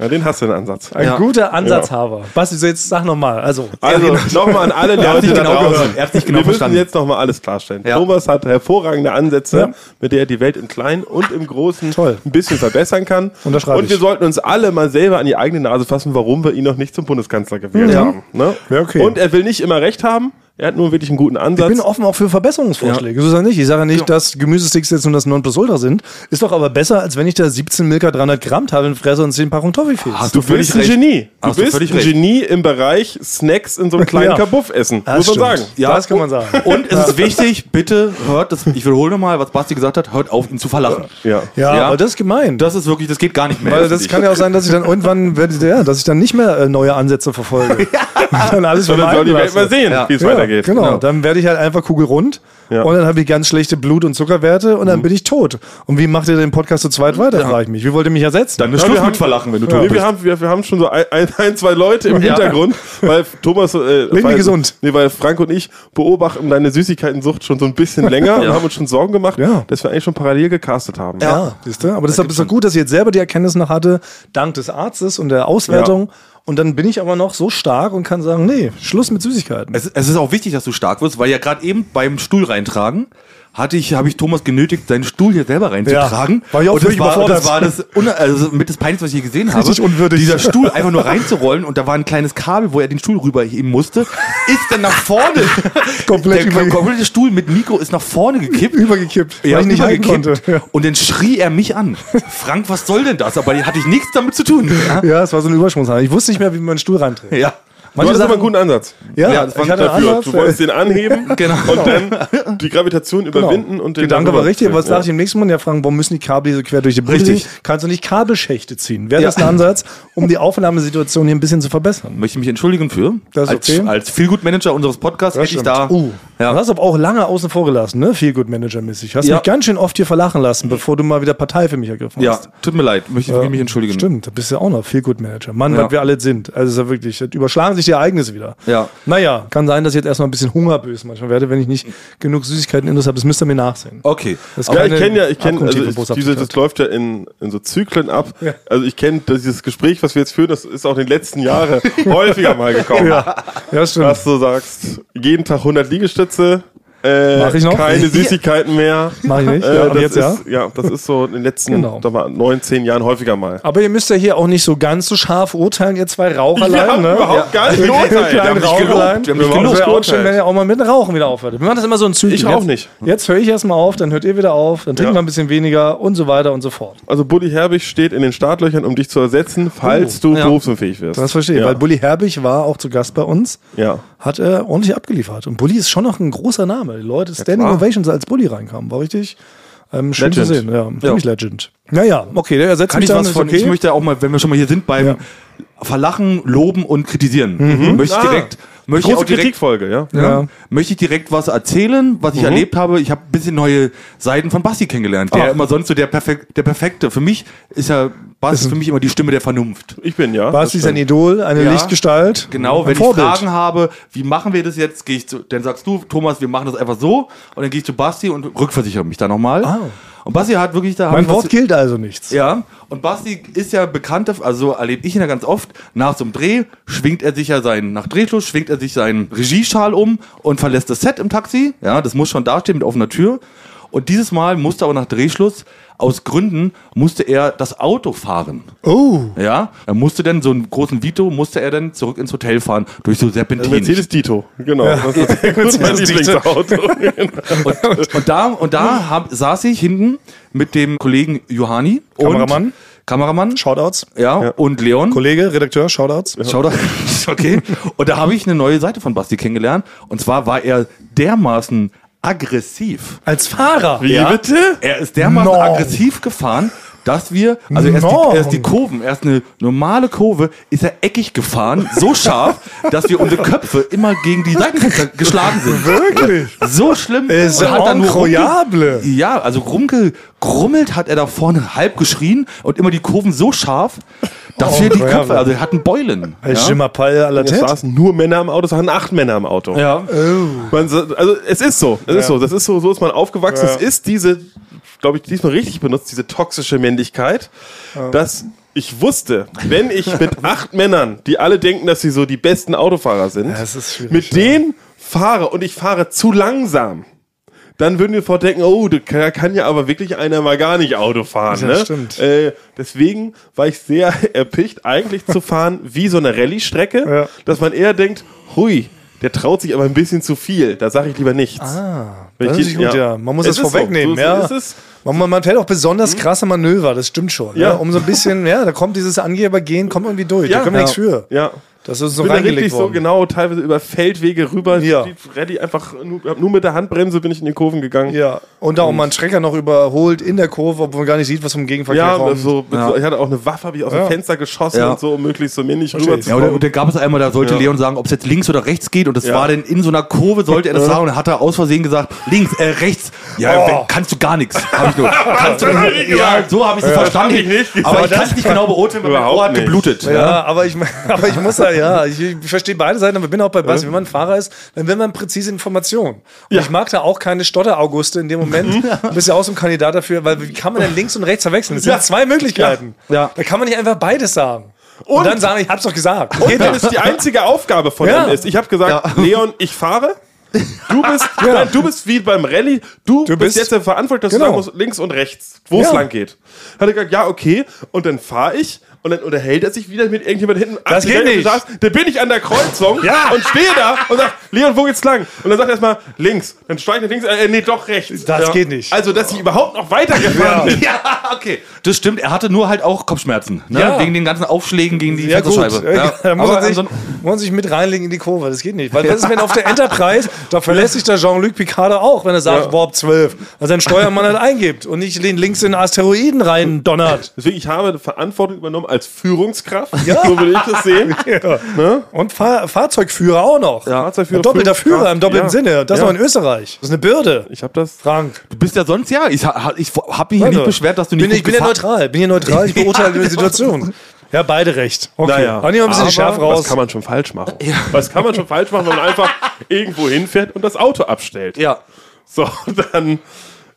S4: Ja, den hast du den Ansatz.
S3: Ein guter Ansatzhaber. Basti, so jetzt sag nochmal. Also,
S4: Also nochmal an alle Leute
S5: nicht
S4: da
S5: genau
S4: draußen.
S5: gehört. Er hat's nicht genau
S4: Wir müssen
S5: verstanden.
S4: jetzt nochmal alles klarstellen.
S5: Ja.
S4: Thomas hat hervorragende Ansätze,
S3: Ja.
S4: mit der er die Welt im Kleinen und im Großen
S3: Toll.
S4: ein bisschen verbessern kann.
S3: Unterschreibe
S4: und wir
S3: ich.
S4: sollten uns alle mal selber an die eigene Nase fassen, warum wir ihn noch nicht zum Bundeskanzler gewählt
S3: Mhm. Ja.
S4: haben. Ne?
S3: Ja, okay.
S4: Und er will nicht immer recht haben. Er hat nur wirklich einen guten
S3: ich
S4: Ansatz.
S3: bin offen auch für Verbesserungsvorschläge. So ist ja nicht. Ich sage ja nicht, dass Gemüsesticks jetzt nur das Nonplusultra sind. Ist doch aber besser, als wenn ich da 17 Milka 300 Gramm Tafeln fresse und 10 Packungen Toffifee.
S5: Hast
S4: Ah, Du bist ein
S5: recht.
S4: Genie. Du
S5: Hast du
S4: bist ein
S5: völlig recht.
S4: Genie im Bereich Snacks in so einem kleinen
S3: Ja.
S4: Kabuff essen.
S3: Das
S4: muss man
S3: stimmt.
S4: sagen.
S5: Ja.
S3: Das kann man sagen.
S5: Und es ist wichtig, bitte hört das, ich wiederhole nochmal, was Basti gesagt hat, hört auf, ihn zu verlachen.
S4: Ja.
S3: Ja,
S5: Ja.
S3: aber das ist gemein.
S5: Das ist wirklich, das geht gar nicht mehr.
S3: Weil das kann ja auch sein, dass ich dann irgendwann, werde- ja, dass ich dann nicht mehr äh, neue Ansätze verfolge. Und dann alles
S4: Dann soll die Welt mal sehen,
S5: Ja.
S4: wie es
S3: Ja,
S4: weitergeht.
S3: Genau. dann werde ich halt einfach kugelrund
S4: Ja.
S3: und dann habe ich ganz schlechte Blut- und Zuckerwerte und dann bin ich tot. Und wie macht ihr den Podcast zu zweit weiter, frage ich mich. Wie wollt ihr mich ersetzen?
S5: Dann ist
S4: Ja,
S5: Schluss
S4: wir haben-
S5: mit verlachen, wenn du
S4: Nee,
S5: tot
S4: wir,
S5: bist.
S4: haben, wir, wir haben schon so ein, ein, ein zwei Leute im
S5: Ja.
S4: Hintergrund, weil Thomas. Äh,
S3: wir
S4: weil,
S3: gesund.
S4: Nee, weil Frank und ich beobachten deine Süßigkeitensucht schon so ein bisschen länger und haben uns schon Sorgen gemacht,
S3: Ja.
S4: dass wir eigentlich schon parallel gecastet haben.
S3: ja, siehst du? Aber deshalb ist es gut, dass ich jetzt selber die Erkenntnis noch hatte, dank des Arztes und der Auswertung. Und dann bin ich aber noch so stark und kann sagen, nee, Schluss mit Süßigkeiten.
S5: Es, es ist auch wichtig, dass du stark wirst, weil ja gerade eben beim Stuhl reintragen hatte ich, habe ich Thomas genötigt, seinen Stuhl hier selber reinzutragen.
S3: war ich auch
S5: und das
S3: völlig
S5: war, das
S3: überfordert.
S5: war das un, also mit das Peinlichste, was ich je gesehen habe.
S3: Richtig unwürdig.
S5: Dieser Stuhl einfach nur reinzurollen und da war ein kleines Kabel, wo er den Stuhl rüberheben musste, ist dann nach vorne.
S3: Komplett
S5: der
S3: über-
S5: komplette Stuhl mit Mikro ist nach vorne gekippt.
S3: Übergekippt, weil ich nicht halten konnte. Ja.
S5: Und dann schrie er mich an. Frank, was soll denn das? Aber hatte ich nichts damit zu tun. Ja.
S3: Ja, es war so eine Übersprungshandlung. Ich wusste nicht mehr, wie man einen Stuhl reintritt.
S5: ja.
S4: Du
S3: Manche
S4: hattest aber
S3: Sachen,
S4: einen guten Ansatz
S3: ja,
S5: ja, das war
S3: ich hatte einen
S4: dafür.
S3: Ansatz,
S4: Du
S3: äh,
S4: wolltest den anheben
S5: Genau.
S4: und dann die Gravitation überwinden und
S3: Der Genau.
S4: den.
S3: Gedanke
S4: dann
S3: war richtig, aber was
S4: ja.
S3: dachte ich im nächsten Mal? Ja, fragen, warum müssen die Kabel hier so quer durch die Bude?
S5: Richtig.
S3: Kannst du nicht Kabelschächte ziehen? Wäre das ein Ansatz, um die Aufnahmesituation hier ein bisschen zu verbessern?
S5: möchte mich entschuldigen für.
S3: Das ist okay.
S5: Als, als Feelgood-Manager unseres Podcasts hätte ich da.
S3: Uh,
S5: Ja.
S3: Du hast aber auch lange außen vor gelassen, ne? Viel gut Manager-mäßig. Hast
S5: Ja.
S3: mich ganz schön oft hier verlachen lassen, bevor du mal wieder Partei für mich ergriffen
S5: ja,
S3: hast.
S5: tut mir leid, möchte ich mich entschuldigen.
S3: Stimmt, da bist du ja auch noch viel gut Manager. Mann,
S5: Ja.
S3: was wir alle sind. Also es ist ja wirklich, das überschlagen sich die Ereignisse wieder.
S5: Ja.
S3: Naja, kann sein, dass ich jetzt erstmal ein bisschen hungerbös manchmal werde, wenn ich nicht genug Süßigkeiten in das habe. Das müsst ihr mir nachsehen.
S5: Okay.
S3: Das
S4: Ja,
S3: kann
S4: ich
S3: eine
S4: kenne ja, ich kenne, also
S3: abgrundtiefe
S4: ich,
S3: Boshaftigkeit.
S4: diese, das läuft ja in, in so Zyklen ab.
S3: Ja.
S4: Also ich kenne das- dieses Gespräch, was wir jetzt führen, das ist auch in den letzten Jahren häufiger mal gekommen.
S3: ja, stimmt.
S4: dass du sagst, jeden Tag 100 Liegestütze, äh,
S3: Mach ich noch?
S4: keine Süßigkeiten mehr.
S3: Mach ich nicht.
S4: Äh,
S3: Ja,
S4: das
S3: aber jetzt ja.
S4: ist, ja. das ist so in den letzten
S3: Genau.
S4: sag mal, 19 Jahren häufiger mal.
S3: Aber ihr müsst ja hier auch nicht so ganz so scharf urteilen, ihr zwei Raucherlein, ne?
S4: gar nicht
S3: Ihr kleinen
S5: nicht gelobt. Wir
S3: Raucherlein.
S5: haben nicht
S3: Das
S5: gelobt.
S3: wäre auch
S4: geurteilt.
S3: schön, wenn ihr auch mal mit dem Rauchen wieder aufhört. Wir machen das immer so in Zügen.
S4: Ich
S3: Jetzt-
S4: auch nicht.
S3: Jetzt höre ich erstmal auf, dann hört ihr wieder auf, dann trinken
S4: Ja.
S3: wir ein bisschen weniger und so weiter und so fort.
S4: Also Bulli Herbig steht in den Startlöchern, um dich zu ersetzen, falls du berufsunfähig wirst.
S3: Oh, Das verstehe ich,
S4: ja.
S3: weil Bully Herbig war auch zu Gast bei uns,
S4: Ja.
S3: hat äh, ordentlich abgeliefert. Und Bully ist schon noch ein großer Name. Die Leute, Standing Ovations, als Bully reinkam, war richtig ähm, schön
S4: Legend.
S3: zu sehen. Ja, ziemlich Legend. Naja, okay, der ersetzt
S5: Kann ich
S3: mich dann,
S5: was
S3: ist
S5: von?
S3: okay.
S5: Ich möchte auch mal, wenn wir schon mal hier sind, beim
S3: Ja. Mhm.
S5: Verlachen, Loben und Kritisieren. Möchte ich
S4: Ah.
S5: direkt, möchte ich
S4: Große
S5: auch direkt,
S4: Kritikfolge, ja.
S5: ja. möchte ich direkt was erzählen, was ich
S3: Mhm.
S5: erlebt habe. Ich habe ein bisschen neue Seiten von Basti kennengelernt. Der
S3: Ah.
S5: immer sonst so der, Perfek der Perfekte. Für mich ist ja Basti für mich immer die Stimme der Vernunft.
S4: Ich bin ja.
S3: Basti ist ein Idol, eine
S5: Ja.
S3: Lichtgestalt.
S5: Genau,
S3: ein
S5: wenn
S3: Vorbild.
S5: ich Fragen habe, wie machen wir das jetzt, gehe ich zu, dann sagst du, Thomas, wir machen das einfach so und dann gehe ich zu Basti und rückversichere mich da nochmal.
S3: Ah.
S5: Und Basti hat wirklich da.
S3: Mein
S5: hab ich was-
S3: Wort gilt also nichts.
S5: Ja, und Basti ist ja bekannt, dafür- also erlebe ich ihn ja ganz oft, nach so einem Dreh schwingt er sich ja seinen, nach Drehschluss schwingt er sich seinen Regieschal um und verlässt das Set im Taxi. Ja, das muss schon dastehen mit offener Tür. Und dieses Mal musste aber nach Drehschluss, aus Gründen, musste er das Auto fahren.
S3: Oh.
S5: Ja, er musste dann so einen großen Vito, musste er dann zurück ins Hotel fahren, durch so Serpentinen.
S4: Mercedes Dito, genau. Das ist mein
S3: Mercedes Dito.
S4: Lieblingsauto.
S5: Und, und da, und da hab, saß ich hinten mit dem Kollegen Johanni. und-
S3: Kameramann.
S5: Kameramann.
S3: Shoutouts.
S5: Ja, und Leon.
S3: Kollege, Redakteur, Shoutouts.
S5: Schau da. Okay. Und da habe ich eine neue Seite von Basti kennengelernt. Und zwar war er dermaßen aggressiv.
S3: Als Fahrer.
S4: Wie bitte?
S5: Er ist dermaßen
S3: No.
S5: aggressiv gefahren, dass wir, also erst
S3: Norm.
S5: die, erst die Kurven, erst eine normale Kurve, ist er eckig gefahren, so scharf, dass wir unsere Köpfe immer gegen die Seitenfenster geschlagen sind.
S6: Wirklich?
S5: So schlimm.
S6: Ist
S5: Und hat dann nur
S6: incroyable.
S5: rumge- Ja, also rumgegrummelt hat er da vorne halb geschrien und immer die Kurven so scharf, dass wir die Köpfe, also wir hatten Beulen.
S3: Ja? Schimmerpall à la
S4: Es
S3: tête.
S4: saßen nur Männer im Auto, es saßen acht Männer im Auto.
S5: Ja.
S3: Oh,
S4: Man, so- also es ist so, es ist so, das ist so, so ist man aufgewachsen. Es ist diese, glaube ich, diesmal richtig benutzt, diese toxische Männlichkeit, dass ich wusste, wenn ich mit acht Männern, die alle denken, dass sie so die besten Autofahrer sind,
S6: das ist schwierig,
S4: mit denen fahre und ich fahre zu langsam, dann würden wir sofort denken, oh, da kann- kann ja aber wirklich einer mal gar nicht Auto fahren.
S6: Ja,
S4: ne?
S6: stimmt.
S4: Äh, deswegen war ich sehr erpicht, eigentlich zu fahren wie so eine Rallye-Strecke,
S6: Ja.
S4: dass man eher denkt, hui, der traut sich aber ein bisschen zu viel, da sage ich lieber nichts. Ah,
S3: das ist gut, ja. Man muss es vorwegnehmen,
S4: so.
S3: ja.
S4: Es ist,
S3: Man, man, man fällt auch besonders krasse Manöver, das stimmt schon.
S4: Ja.
S3: Ne? Um so ein bisschen, ja, da kommt dieses Angebergehen, kommt irgendwie durch. da
S4: Ja.
S3: können wir nichts
S4: Ja.
S3: für.
S4: ja.
S3: Das ist so
S4: Ich bin da richtig
S3: reingelegt
S4: so
S3: worden.
S4: genau, teilweise über Feldwege rüber.
S3: Ja.
S4: Die Rallye einfach nur, hab nur mit der Handbremse bin ich in den Kurven gegangen.
S3: Ja, und da auch mal einen Schrecker noch überholt in der Kurve, obwohl man gar nicht sieht, was vom Gegenverkehr
S4: Ja,
S3: kommt.
S4: so, mit So, ich hatte auch eine Waffe, habe ich aus
S3: Ja.
S4: dem Fenster geschossen
S5: Ja.
S4: und so, um möglichst so mir nicht
S5: Ja, oder,
S4: rüberzukommen.
S5: und dann gab es einmal, da sollte
S4: Ja.
S5: Leon sagen, ob es jetzt links oder rechts geht. Und das
S4: Ja.
S5: war dann in so einer Kurve, sollte er das sagen. Und dann hat er aus Versehen gesagt, links, äh, rechts.
S3: Oh.
S5: Ja, wenn- kannst du gar nichts. Hab ich nur. Kannst du, ja, so habe ich es verstanden.
S4: hab ich nicht
S5: Aber ich kann es nicht genau beurteilen, weil mein
S4: Überhaupt
S5: Ohr hat
S4: nicht.
S5: geblutet.
S3: Ja, aber ich, aber ich muss da, ja, ich, ich verstehe beide Seiten, aber bin auch bei Bas. Wenn man Fahrer ist, dann will man präzise Informationen. Und ich mag da auch keine Stotter-Auguste in dem Moment. Du bist ja auch so ein Kandidat dafür, weil wie kann man denn links und rechts verwechseln? Das sind zwei Möglichkeiten.
S5: Ja.
S3: Da kann man nicht einfach beides sagen. Und,
S4: Und-
S3: dann sagen, ich hab's doch gesagt.
S4: Und wenn es die einzige Aufgabe von
S3: Ja.
S4: ihm ist. Ich habe gesagt, Leon, ich fahre. Du bist, nein, du bist wie beim Rallye. Du,
S3: Genau. bist-
S4: bist jetzt der Verantwortliche, dass
S3: Genau.
S4: du sagen musst, links und rechts, wo es
S3: Ja.
S4: lang geht. Hat er gesagt, ja, okay. Und dann fahre ich. Und dann unterhält er sich wieder mit irgendjemand hinten.
S3: Das
S4: Ach,
S3: geht
S4: Leon, du
S3: nicht.
S4: sagst, Dann bin ich an der Kreuzung
S3: Ja.
S4: und stehe da und sag, Leon, wo geht's lang? Und dann sagt er erstmal links. Dann steigt er links. Äh, nee, doch rechts.
S3: Das geht nicht.
S4: Also, dass ich überhaupt noch weitergefahren bin.
S5: Ja, okay. Das stimmt, er hatte nur halt auch Kopfschmerzen. Ne?
S3: Ja.
S5: Wegen den ganzen Aufschlägen gegen die
S3: Ja, gut.
S5: Fensterscheibe.
S3: Ja, da muss
S5: Aber
S3: man, sich, muss
S5: ansonsten-
S3: man sich mit reinlegen in die Kurve. Das geht nicht. Weil das ist, wenn auf der Enterprise, da verlässt sich der Jean-Luc Picard auch, wenn er sagt, Warp 12, weil sein Steuermann halt eingibt und nicht den links in den Asteroiden rein donnert.
S4: Deswegen, ich habe Verantwortung übernommen als Führungskraft. So will ich das sehen.
S3: Und Fahr Fahrzeugführer auch noch.
S4: Fahrzeugführer,
S3: Ein doppelter Führer
S4: Führungskraft,
S3: im doppelten
S4: ja.
S3: Sinne. Das
S4: Ja.
S3: noch in Österreich. Das ist eine Bürde.
S4: Ich habe das
S3: Frank.
S5: Du bist ja sonst, ja, ich, ha- ich habe mich hier nicht beschwert, dass du nicht
S3: bin, Ich
S5: gut
S3: bin ja
S5: gefahren-
S3: neutral. Bin hier neutral. Ich beurteile die Situation. Ja, beide recht. Okay.
S4: Naja,
S3: Dann nehmen wir ein bisschen
S4: aber
S3: scharf raus.
S4: Was kann man schon falsch machen? Was kann man schon falsch machen, wenn man einfach irgendwo hinfährt und das Auto abstellt?
S5: Ja.
S4: So, dann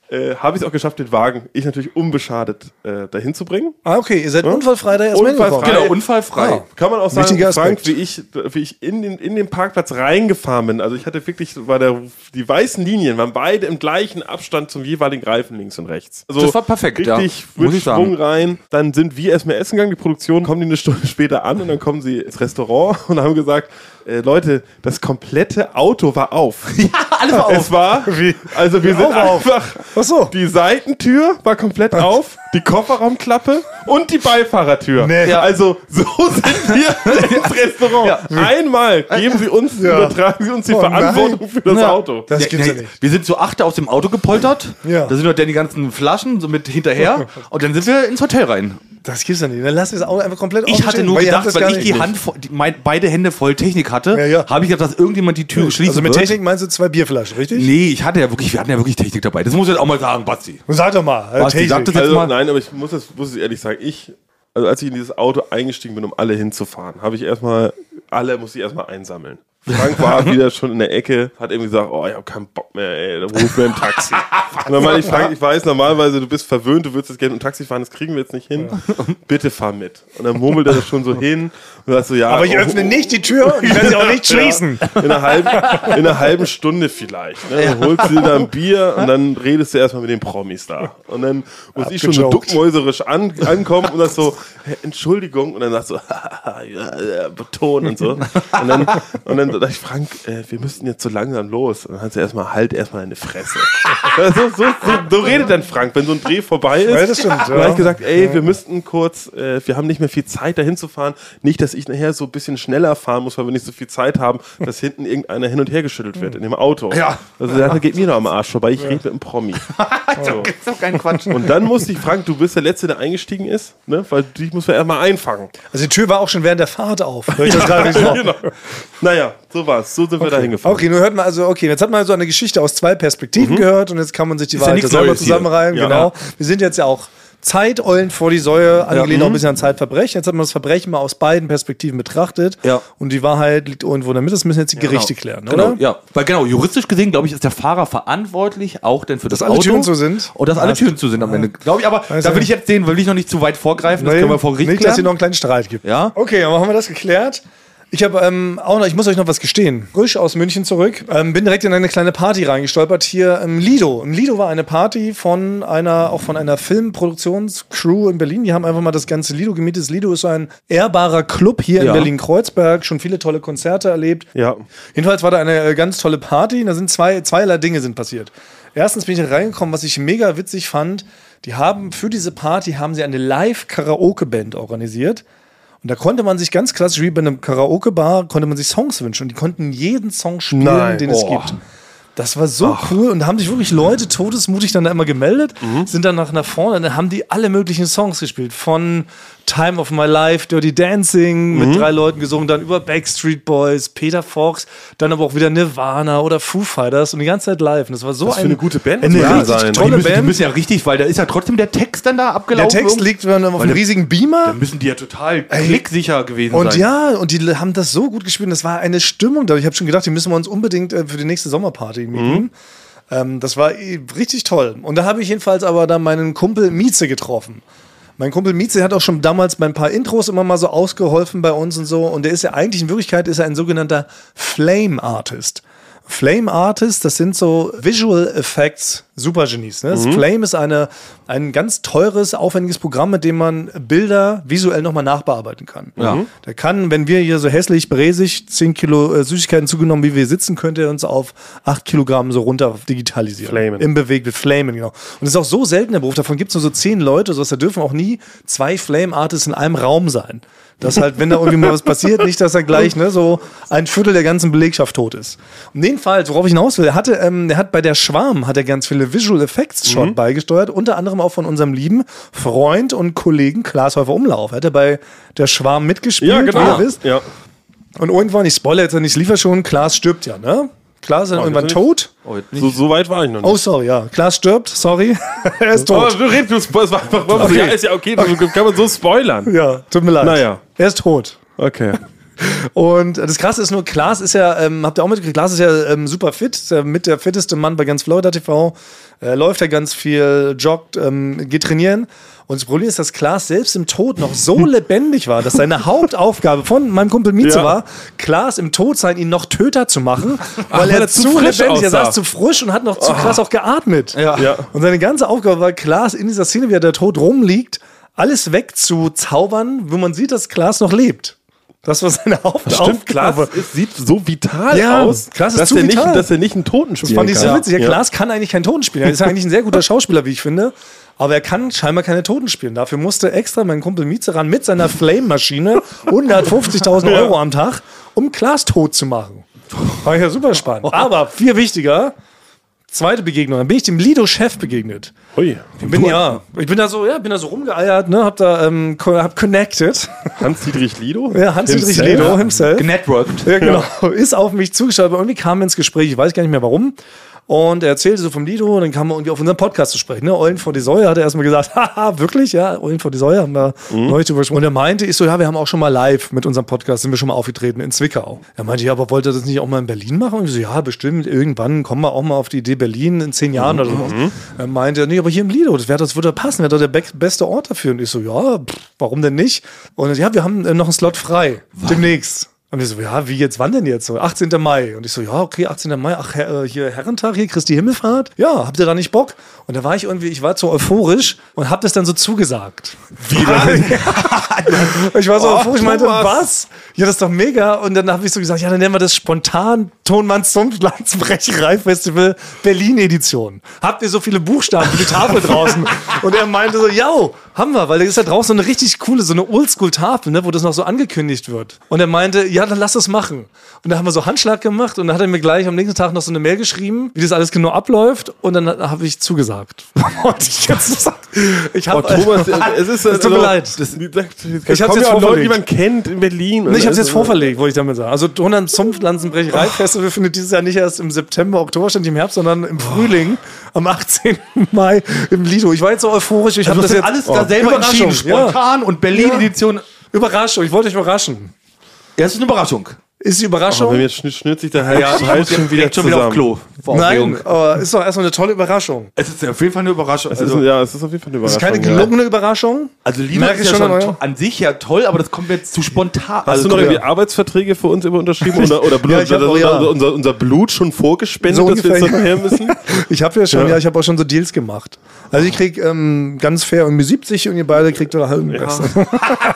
S4: äh, habe ich es auch geschafft, den Wagen, ich natürlich unbeschadet, äh, dahin zu bringen.
S3: ah, okay. Ihr seid unfallfrei da erstmal
S4: Unfallfrei.
S3: hingekommen.
S5: Genau, unfallfrei.
S4: Kann man auch sagen,
S3: Wichtiger Aspekt.
S4: Frank, wie ich, wie ich in, den, in den Parkplatz reingefahren bin. Also ich hatte wirklich, war der, die weißen Linien waren beide im gleichen Abstand zum jeweiligen Reifen links und rechts. Also
S5: Das war perfekt, ja.
S4: richtig
S5: Muss
S4: mit
S5: ich sagen.
S4: Schwung rein. Dann sind wir erstmal essen gegangen, die Produktion, kommen die eine Stunde später an und dann kommen sie ins Restaurant und haben gesagt, äh, Leute, das komplette Auto war auf. Ja,
S5: alle war auf.
S4: Es war, also wir sind einfach,
S3: Ach so.
S4: die Seitentür war komplett auf, die Kofferraumklappe und die Beifahrertür.
S6: Nee.
S4: Ja. Also so sind wir ins Restaurant. Einmal geben sie uns, übertragen sie uns die
S6: Oh nein.
S4: Verantwortung für das
S5: Ja.
S4: Auto.
S6: Das
S5: Ja,
S6: gibt's ja
S5: nee,
S6: nicht.
S5: Wir sind so achte aus dem Auto gepoltert.
S3: Ja.
S5: Da sind noch dann die ganzen Flaschen so mit hinterher. Und dann sind wir ins Hotel rein.
S3: Das gibt's ja nicht. Dann lass das Auto einfach komplett
S5: Ich
S3: offen
S5: hatte
S3: stehen,
S5: nur
S3: weil ihr habt
S5: gedacht, weil
S3: das gar
S5: ich
S3: nicht.
S5: die Hand, voll- die, mein, beide Hände voll Technik hatte,
S3: Ja, ja.
S5: habe ich gedacht, dass irgendjemand die Tür schließt.
S3: Also mit
S5: wird.
S3: Technik meinst du zwei Bierflaschen, richtig?
S5: Nee, ich hatte ja wirklich, wir hatten ja wirklich Technik dabei. Das muss ich jetzt auch mal sagen, Basti.
S3: Sag doch mal. äh,
S5: Was, die
S3: Technik.
S5: sagt das jetzt
S4: Also
S5: mal?
S4: nein, aber ich muss es muss es ehrlich sagen, ich also als ich in dieses Auto eingestiegen bin, um alle hinzufahren, habe ich erstmal alle muss ich erstmal einsammeln. Frank war wieder schon in der Ecke, hat eben gesagt, oh, ich habe keinen Bock mehr, ey, dann ruf mir ein Taxi. Und dann meine ich, Frank, ich weiß, normalerweise, du bist verwöhnt, du würdest jetzt gerne ein Taxi fahren, das kriegen wir jetzt nicht hin. Bitte fahr mit. Und dann murmelt er das schon so hin und sagt so, ja.
S3: Aber ich
S4: oh,
S3: öffne
S4: oh,
S3: nicht die Tür und ich werde sie auch nicht schließen.
S4: in einer halben, in einer halben Stunde vielleicht. Ne? Dann holst du dir da ein Bier und dann redest du erstmal mit den Promis da. Und dann muss ich schon so
S3: Abgejoked.
S4: duckmäuserisch an, ankommen und das so, "Hä, Entschuldigung. Und dann sagst du, ja, ja, betonen und so. Und dann, und dann und da ich Frank, äh, wir müssten jetzt so langsam los. Und dann hat sie erstmal halt erstmal eine Fresse. so, so, so, so redet dann Frank, wenn so ein Dreh vorbei ist.
S3: Ja, das stimmt,
S4: Dann
S3: ja.
S4: habe ich gesagt, ey, wir müssten kurz, äh, wir haben nicht mehr viel Zeit dahin zu fahren. Nicht, dass ich nachher so ein bisschen schneller fahren muss, weil wir nicht so viel Zeit haben, dass hinten irgendeiner hin und her geschüttelt wird in dem Auto.
S2: Ja.
S4: Also da geht mir noch am Arsch vorbei, ich rede mit einem Promi. so.
S5: Ist doch kein Quatsch.
S4: Und dann musste ich, Frank, du bist der Letzte, der eingestiegen ist, ne? weil dich muss man erstmal einfangen.
S3: Also die Tür war auch schon während der Fahrt auf. Hör ich das gerade gesprochen?
S4: Naja, so war's. So sind wir da hingefahren.
S3: Okay, nun hört man also, okay, jetzt hat man so eine Geschichte aus zwei Perspektiven gehört und jetzt kann man sich die
S2: ja
S3: Wahrheit
S2: nichts
S3: selber
S2: Neues hier.
S3: zusammenreihen.
S4: Ja.
S3: Genau. Wir sind jetzt ja auch Zeiteulen vor die Säue, angelehnt auch ein bisschen an Zeitverbrechen. Jetzt hat man das Verbrechen mal aus beiden Perspektiven betrachtet
S5: Ja.
S3: und die Wahrheit liegt irgendwo in der Mitte. Das müssen jetzt die Gerichte klären,
S5: Genau,
S3: oder?
S5: ja. Weil genau, juristisch gesehen, glaube ich, ist der Fahrer verantwortlich, auch denn für das
S3: alle
S5: Auto.
S3: Türen zu sind.
S5: Und dass alle Türen zu sind am Ende. Glaube ich, aber da will ich jetzt sehen, will ich noch nicht zu weit vorgreifen, das
S3: Nee,
S5: können wir vor Gericht
S3: nicht, dass hier noch
S5: klären.
S3: einen kleinen Streit gibt.
S5: Ja.
S3: Okay, aber haben wir das geklärt? Ich habe ähm, auch noch, ich muss euch noch was gestehen. Frisch aus München zurück, ähm, bin direkt in eine kleine Party reingestolpert hier im Lido. Im Lido war eine Party von einer, auch von einer Filmproduktionscrew in Berlin. Die haben einfach mal das ganze Lido gemietet. Das Lido ist so ein ehrbarer Club hier in
S5: Ja.
S3: Berlin-Kreuzberg. Schon viele tolle Konzerte erlebt.
S4: Ja.
S3: Jedenfalls war da eine äh, ganz tolle Party. Da sind zwei, zweierlei Dinge sind passiert. Erstens bin ich da reingekommen, was ich mega witzig fand. Die haben für diese Party haben sie eine Live-Karaoke-Band organisiert. Und da konnte man sich ganz klassisch wie bei einem Karaoke-Bar konnte man sich Songs wünschen. Und die konnten jeden Song spielen,
S4: Nein.
S3: den es
S4: Oh.
S3: gibt. Das war so cool und da haben sich wirklich Leute todesmutig dann da immer gemeldet,
S4: Mhm.
S3: sind dann nach, nach vorne und dann haben die alle möglichen Songs gespielt. Von Time of My Life, Dirty Dancing mit
S4: Mhm.
S3: drei Leuten gesungen, dann über Backstreet Boys, Peter Fox, dann aber auch wieder Nirvana oder Foo Fighters und die ganze Zeit live. Und das war so
S4: für eine gute Band
S3: Eine
S4: muss man
S3: richtig
S4: sein.
S5: Äh, Die
S3: tolle
S5: müssen, die
S3: Band.
S5: müssen ja richtig, weil da ist ja trotzdem der Text dann da
S3: Der
S5: abgelaufen.
S3: Text liegt dann auf einem
S5: der-
S3: riesigen Beamer.
S5: Da müssen die ja total klicksicher gewesen
S3: Und
S5: sein.
S3: ja, und die haben das so gut gespielt. und Das war eine Stimmung da. Ich habe schon gedacht, die müssen wir uns unbedingt äh, für die nächste Sommerparty
S5: Mhm.
S3: mieten. Ähm, das war eh richtig toll. Und da habe ich jedenfalls aber dann meinen Kumpel Mieze getroffen. Mein Kumpel Mieze hat auch schon damals bei ein paar Intros immer mal so ausgeholfen bei uns und so. Und der ist ja eigentlich in Wirklichkeit ist er ein sogenannter Flame Artist. Flame Artists, das sind so Visual Effects Supergenies. Ne? Das
S5: Mhm.
S3: Flame ist eine, ein ganz teures, aufwendiges Programm, mit dem man Bilder visuell nochmal nachbearbeiten kann. Der kann, wenn wir hier so hässlich, bräsig, 10 Kilo äh, Süßigkeiten zugenommen, wie wir sitzen, könnte er uns auf 8 Kilogramm so runter digitalisieren.
S4: Flamen.
S3: Im Bewegten, flamen, genau. Und das ist auch so selten der Beruf, davon gibt es nur so 10 Leute, sowas, da dürfen auch nie zwei Flame Artists in einem Raum sein. Dass halt, wenn da irgendwie mal was passiert, nicht, dass er gleich ne, so ein Viertel der ganzen Belegschaft tot ist. Und jedenfalls, worauf ich hinaus will, er hatte, ähm, der hat bei der Schwarm hat er ganz viele Visual Effects schon beigesteuert, unter anderem auch von unserem lieben Freund und Kollegen Klaas Häufer Umlauf. Er hatte bei der Schwarm mitgespielt, Hm, wie ihr wisst.
S4: Ja. genau.
S3: Und irgendwann, ich spoilere jetzt nicht, liefer schon, Klaas stirbt ja, ne? Klaas ist dann irgendwann
S4: nicht.
S3: tot.
S4: So, so weit war ich noch nicht.
S3: Oh, sorry, ja. Klaas stirbt, sorry. er ist tot.
S4: du redest, du spo- es war einfach okay. Ja, ist ja okay, das kann man so spoilern.
S3: Ja, tut mir leid.
S4: Naja.
S3: Er ist tot.
S4: Okay.
S3: Und das Krasse ist nur, Klaas ist ja, ähm, habt ihr auch mitgekriegt, Klaas ist ja ähm, super fit, ist ja mit der fitteste Mann bei ganz Florida TV, äh, läuft ja ganz viel, joggt, ähm, geht trainieren. Und das Problem ist, dass Klaas selbst im Tod noch so lebendig war, dass seine Hauptaufgabe von meinem Kumpel Mieze
S4: Ja.
S3: war, Klaas im Tod sein, ihn noch töter zu machen, weil
S4: weil
S3: er
S4: er zu
S3: zu
S4: frisch
S3: lebendig, er
S4: aussah. Ah.
S3: saß zu frisch und hat noch zu krass auch geatmet.
S4: Ja.
S3: Und seine ganze Aufgabe war, Klaas in dieser Szene, wie er da tot rumliegt, alles wegzuzaubern, wo man sieht, dass Klaas noch lebt. Das war seine Haupt
S4: Stimmt, Klaas
S3: Aufgabe.
S4: ist, sieht so vital
S3: Ja,
S4: aus,
S3: Klaas ist
S4: dass,
S3: zu
S4: er nicht,
S3: vital.
S4: dass er nicht einen Toten
S3: Das
S4: spielen
S3: fand ich so
S4: kann.
S3: witzig. Ja,
S4: Ja.
S3: Klaas kann eigentlich keinen Toten spielen. Er ist eigentlich ein sehr guter Schauspieler, wie ich finde. Aber er kann scheinbar keine Toten spielen. Dafür musste extra mein Kumpel Mieze ran mit seiner Flame-Maschine 150.000 Euro am Tag, um Klaas tot zu machen. War ja super spannend. Aber viel wichtiger, zweite Begegnung. Dann bin ich dem Lido-Chef begegnet.
S4: Ui.
S3: Ich bin, ja, ich bin da so, ja, bin da so rumgeeiert, ne, hab da, ähm, co- hab connected.
S4: Hans-Dietrich Lido?
S3: Ja, Hans-Dietrich
S4: Himself.
S3: Ledo himself.
S5: Genetworked.
S3: Ja, genau. Ist auf mich zugeschaut, aber irgendwie kamen wir ins Gespräch, ich weiß gar nicht mehr warum. Und er erzählte so vom Lido und dann kam er irgendwie auf unseren Podcast zu sprechen. Ne? Eulen vor die Säue hat er erstmal gesagt, haha, wirklich? Ja, Eulen vor die Säue haben wir neulich drüber gesprochen. Und er meinte, ich so, ja, wir haben auch schon mal live mit unserem Podcast, sind wir schon mal aufgetreten in Zwickau. Er meinte, ja, aber wollt ihr das nicht auch mal in Berlin machen? Und ich so, ja, bestimmt, irgendwann kommen wir auch mal auf die Idee Berlin in zehn Jahren oder sowas. Er meinte, nee, aber hier im Lido, das wäre das würde passen, wäre doch der be- beste Ort dafür. Und ich so, ja, pff, warum denn nicht? Und er, ja, wir haben äh, noch einen Slot frei, demnächst. Und ich so, ja, wie jetzt, wann denn jetzt? So, 18. Mai. Und ich so, ja, okay, 18. Mai, ach, Herr, äh, hier Herrentag, hier Christi Himmelfahrt. Ja, habt ihr da nicht Bock? Und da war ich irgendwie, ich war zu euphorisch und habe das dann so zugesagt. Wie Ich war so euphorisch, meinte, was? Ja, das ist doch mega. Und dann habe ich so gesagt, ja, dann nennen wir das spontan Tonmanns Zunftlandsbrecherei Festival Berlin Edition. Habt ihr so viele Buchstaben wie die Tafel draußen? Und er meinte so, ja, haben wir, weil da ist da draußen so eine richtig coole, so eine Oldschool-Tafel, ne, wo das noch so angekündigt wird. Und er meinte, ja, dann lass das machen. Und da haben wir so Handschlag gemacht und dann hat er mir gleich am nächsten Tag noch so eine Mail geschrieben, wie das alles genau abläuft. Und dann habe ich zugesagt. Und ich jetzt, ich habe,
S4: Oh, Thomas, äh, es ist. also
S3: es tut mir leid.
S4: Das,
S3: Ich
S4: ich
S3: hab's jetzt
S4: hab's ja auch Leute,
S3: vorverlegt.
S4: die man kennt in Berlin.
S3: Nee, ich
S4: oder?
S3: habe es jetzt
S4: Also,
S3: vorverlegt, wollte ich damit sagen. Also Donald Zumpf Lanzenbrecherei Festival findet dieses Jahr nicht erst im September, Oktober statt, nicht im Herbst, sondern im Frühling am 18. Mai im Lido. Ich war jetzt so euphorisch,
S4: Also
S3: ich hab habe das jetzt Oh.
S5: alles da selber
S3: Überraschung,
S5: entschieden. Spontan und Berlin-Edition.
S3: Überraschung, ich wollte euch überraschen.
S5: Ja, es ist eine Überraschung.
S3: Ist die
S4: Bei
S3: Überraschung?
S4: mir schnürt, schnürt sich der Hals, Hals schon wieder
S5: Direkt schon wieder auf
S4: zusammen.
S5: Klo. Vor
S3: Nein,
S5: Aufregung.
S3: aber ist doch erstmal eine tolle Überraschung.
S5: Es ist auf jeden Fall eine Überraschung.
S4: Es ist, ja, es ist auf jeden Fall eine
S3: Das
S4: Überraschung.
S3: ist keine
S4: ja.
S3: gelungene Überraschung.
S5: Also Liebe
S3: Merke
S5: ist
S3: ich
S5: ja
S3: schon
S5: schon
S3: an
S5: to-
S3: euer-
S5: an sich ja toll, aber das kommt mir jetzt zu spontan.
S4: Hast
S5: also
S4: du noch
S5: komm,
S4: irgendwie Arbeitsverträge für uns immer unterschrieben oder, oder Blut,
S3: Ja, ich hab
S4: oder
S3: auch, ja.
S4: unser, unser, unser Blut schon vorgespendet,
S3: So
S4: dass wir jetzt
S3: ungefähr,
S4: noch her müssen?
S3: Ich habe ja schon, ja, ich habe auch schon so Deals gemacht. Also ich krieg ähm, ganz fair irgendwie 70 und ihr beide kriegt halt oder halb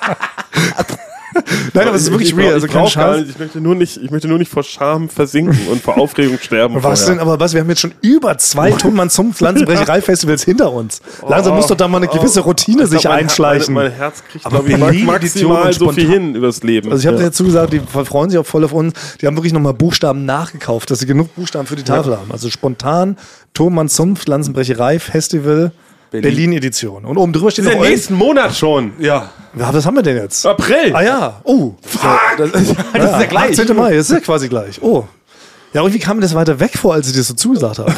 S3: Nein, aber es ist wirklich
S4: ich,
S3: real.
S4: Ich,
S3: Also
S4: ich,
S3: kein
S4: brauch gar
S3: Scheiß.
S4: nicht, ich, möchte nur nicht, ich möchte nur nicht vor Scham versinken und vor Aufregung sterben.
S3: Was denn
S4: vorher.
S3: aber was? Wir haben jetzt schon über zwei Tonmann zum Pflanzenbrecherei-Festivals hinter uns. Langsam muss doch da mal eine gewisse Routine
S4: Ich
S3: sich
S4: glaub, mein Her-
S3: einschleichen.
S4: Mein, mein Herz kriegt,
S5: Aber
S4: glaube ich,
S5: Berlin
S4: maximal
S5: Edition
S4: so viel hin übers Leben.
S3: also ich habe
S4: Ja.
S3: dazu gesagt, die freuen sich auch voll auf uns. Die haben wirklich nochmal Buchstaben nachgekauft, dass sie genug Buchstaben für die Tafel haben. Also spontan Thomann zum Pflanzenbrecherei Festival Berlin. Edition. Und oben drüber steht noch
S4: Den
S3: Eu-
S4: nächsten Monat schon.
S5: ja.
S3: Ja, was haben wir denn jetzt?
S4: April.
S3: Ah ja, oh. Fuck. Das, ist
S5: ist ja gleich.
S3: 18. Mai, das ist ja quasi gleich. Oh. Ja, irgendwie kam mir das weiter weg vor, als ich das so zugesagt habe.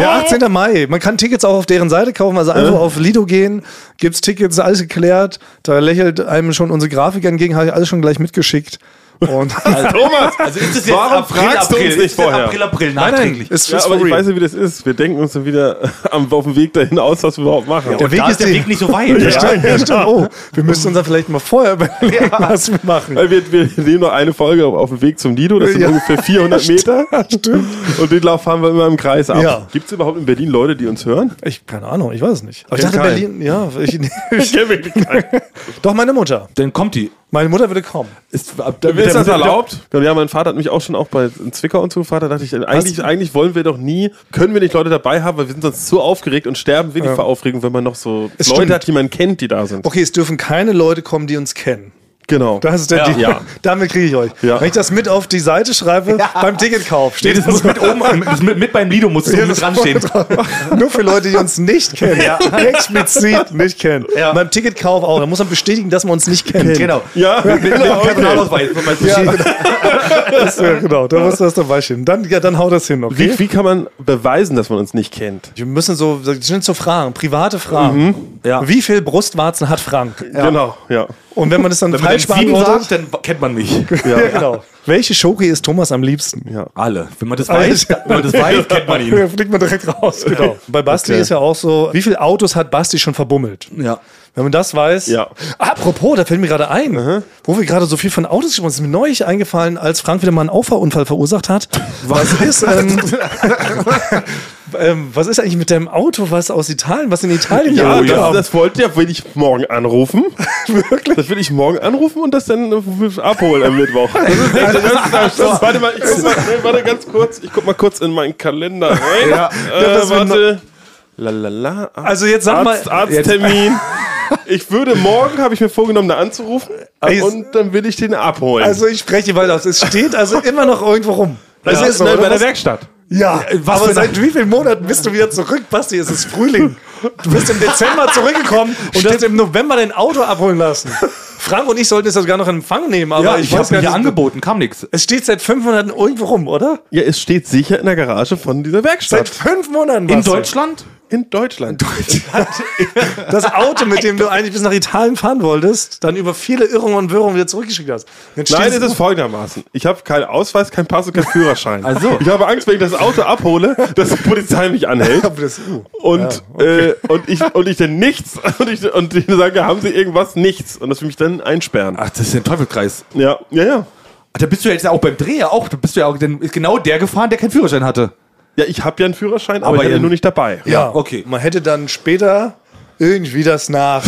S3: Ja, 18. Mai. Man kann Tickets auch auf deren Seite kaufen, also einfach auf Lido gehen, gibt's Tickets, alles geklärt. Da lächelt einem schon unsere Grafiker entgegen, habe ich alles schon gleich mitgeschickt. Und
S4: Thomas,
S5: Also ist es jetzt
S4: warum
S5: April,
S4: fragst du
S5: April,
S4: uns
S5: ist
S4: nicht
S5: es
S4: vorher?
S5: April, April, nachträglich.
S3: ist
S4: Ja,
S3: ist
S4: aber
S3: for
S4: ich
S3: real.
S4: weiß ja, wie das ist. Wir denken uns dann wieder am, auf dem Weg dahin aus, was wir überhaupt machen.
S3: der Weg
S5: oh, da
S3: ist
S5: ist der
S3: die-
S5: Weg nicht so weit.
S3: ja, stimmt, ja, stimmt. Oh, wir müssen uns da vielleicht mal vorher überlegen, was wir machen.
S4: Weil wir, wir nehmen nur eine Folge auf, auf dem Weg zum Lido, das sind
S3: Ja.
S4: ungefähr 400 Meter.
S3: Stimmt.
S4: Und den Lauf fahren wir immer im Kreis ab.
S3: Ja.
S4: Gibt es überhaupt in Berlin Leute, die uns hören?
S3: Ich, keine Ahnung, ich weiß es nicht. Aber ich
S4: Kenn
S3: dachte,
S4: keinen.
S3: Berlin, ja. Ich,
S4: kenne wirklich keinen.
S3: doch, meine Mutter.
S5: Dann kommt die.
S3: Meine Mutter würde kommen.
S5: Ist,
S4: Ist das erlaubt? Ja, mein Vater hat mich auch schon auch bei in Zwickau und so gefahren. Da dachte ich, eigentlich, eigentlich wollen wir doch nie, können wir nicht Leute dabei haben, weil wir sind sonst so aufgeregt und sterben wenig vor Aufregung, wenn man noch so
S3: Es
S4: Leute
S3: stimmt.
S4: hat, die man kennt, die da sind.
S3: Okay, es dürfen keine Leute kommen, die uns kennen.
S4: Genau.
S3: Das ist der
S5: Ja.
S3: Deal.
S4: Ja.
S3: Damit kriege ich euch.
S4: Ja.
S3: Wenn ich das mit auf die Seite schreibe, beim Ticketkauf
S5: Nee,
S3: steht
S5: das muss mit oben, das mit, mit beim Lido musst du mit dran stehen.
S3: nur für Leute, die uns nicht kennen. Explizit nicht kennen.
S5: Ja.
S3: Beim Ticketkauf auch. Da muss man bestätigen, dass man uns nicht kennt. genau.
S5: Genau.
S4: Ja, genau. Okay.
S5: Personalausweis. wenn man so steht.
S3: Das, ja, genau. Da muss das dabei stehen. Dann, ja, dann hau das hin, okay?
S4: Wie, wie kann man beweisen, dass man uns nicht kennt?
S3: Wir müssen so, das sind so Fragen, private Fragen.
S5: Mhm. Ja.
S3: Wie viel Brustwarzen hat Frank?
S4: Genau, ja.
S3: Und wenn man das dann
S5: Wenn man
S3: falsch
S5: dann sieben
S3: beantwortet,
S5: sagt, dann kennt man mich.
S3: ja. genau. Welche Schoki ist Thomas am liebsten?
S5: Alle. Wenn man das weiß,
S3: Alter.
S5: wenn man das weiß, kennt man ihn.
S3: Da fliegt man direkt raus. Genau. Bei Basti
S4: Okay.
S3: ist ja auch so, wie viele Autos hat Basti schon verbummelt?
S5: Ja.
S3: Wenn man das weiß.
S4: Ja.
S3: Apropos, da fällt mir gerade ein, wo wir gerade so viel von Autos gesprochen haben, ist mir neulich eingefallen, als Frank wieder mal einen Auffahrunfall verursacht hat. Was ist, ähm, ähm, was ist eigentlich mit deinem Auto, was aus Italien, was in Italien
S4: Ja,
S3: geholt
S4: das,
S3: haben?
S4: das wollte ja, will ich morgen anrufen. Wirklich? Das will ich morgen anrufen und das dann äh, abholen am Mittwoch. Das ist echt, das ist, das ist, warte mal, ich guck mal, nee, warte ganz kurz, ich guck mal kurz in meinen Kalender rein. äh,
S3: das wird
S4: warte. Lalala, Arzt,
S3: Also jetzt sag mal,
S4: Arzt, Arzttermin. Ich würde morgen, habe ich mir vorgenommen, da anzurufen äh,
S3: Ey,
S4: und dann will ich den abholen.
S3: also ich spreche bald aus, es steht also immer noch irgendwo rum.
S4: das
S3: Ja,
S4: ist
S3: so,
S4: ne,
S3: oder
S4: bei der
S3: was?
S4: Werkstatt.
S3: Ja,
S5: was
S3: aber
S5: für
S3: seit wie vielen Monaten bist du wieder zurück, Basti? Es ist Frühling. Du bist im Dezember zurückgekommen und hast im November dein Auto abholen lassen. Frank und ich sollten es sogar noch in Empfang nehmen, aber
S5: Ja,
S3: ich,
S5: ich,
S3: weiß
S5: hab's
S3: gar
S5: habe
S3: nicht.
S5: mir angeboten, kam nichts.
S3: es steht seit fünf Monaten irgendwo rum, oder?
S4: Ja, es steht sicher in der Garage von dieser
S3: Seit
S4: Werkstatt.
S3: fünf Monaten.
S5: In
S3: Basti.
S5: Deutschland?
S4: in Deutschland.
S3: Das Auto, mit dem du eigentlich bis nach Italien fahren wolltest, dann über viele Irrungen und Wirrungen wieder zurückgeschickt hast. Jetzt
S4: Nein,
S3: steht
S4: es ist folgendermaßen. Ich habe keinen Ausweis, keinen Pass und keinen Führerschein.
S5: Ach so.
S4: Ich habe Angst, wenn ich das Auto abhole, dass die Polizei mich anhält.
S3: Aber das- oh.
S4: Und, äh, und, ich, und ich dann nichts. Und ich, und ich sage, haben Sie irgendwas? Nichts. Und das will mich dann einsperren.
S5: Ach, das ist ja ein Teufelkreis.
S4: Ja, ja, ja.
S5: Ach, da bist du ja jetzt auch beim Dreh ja auch. Da bist du ja auch dann ist genau der gefahren, der keinen Führerschein hatte.
S4: Ja, ich habe ja einen Führerschein, aber,
S5: Aber
S4: ich bin
S5: ja-
S4: nur nicht dabei.
S3: Ja,
S5: okay.
S3: Man hätte dann später irgendwie das nach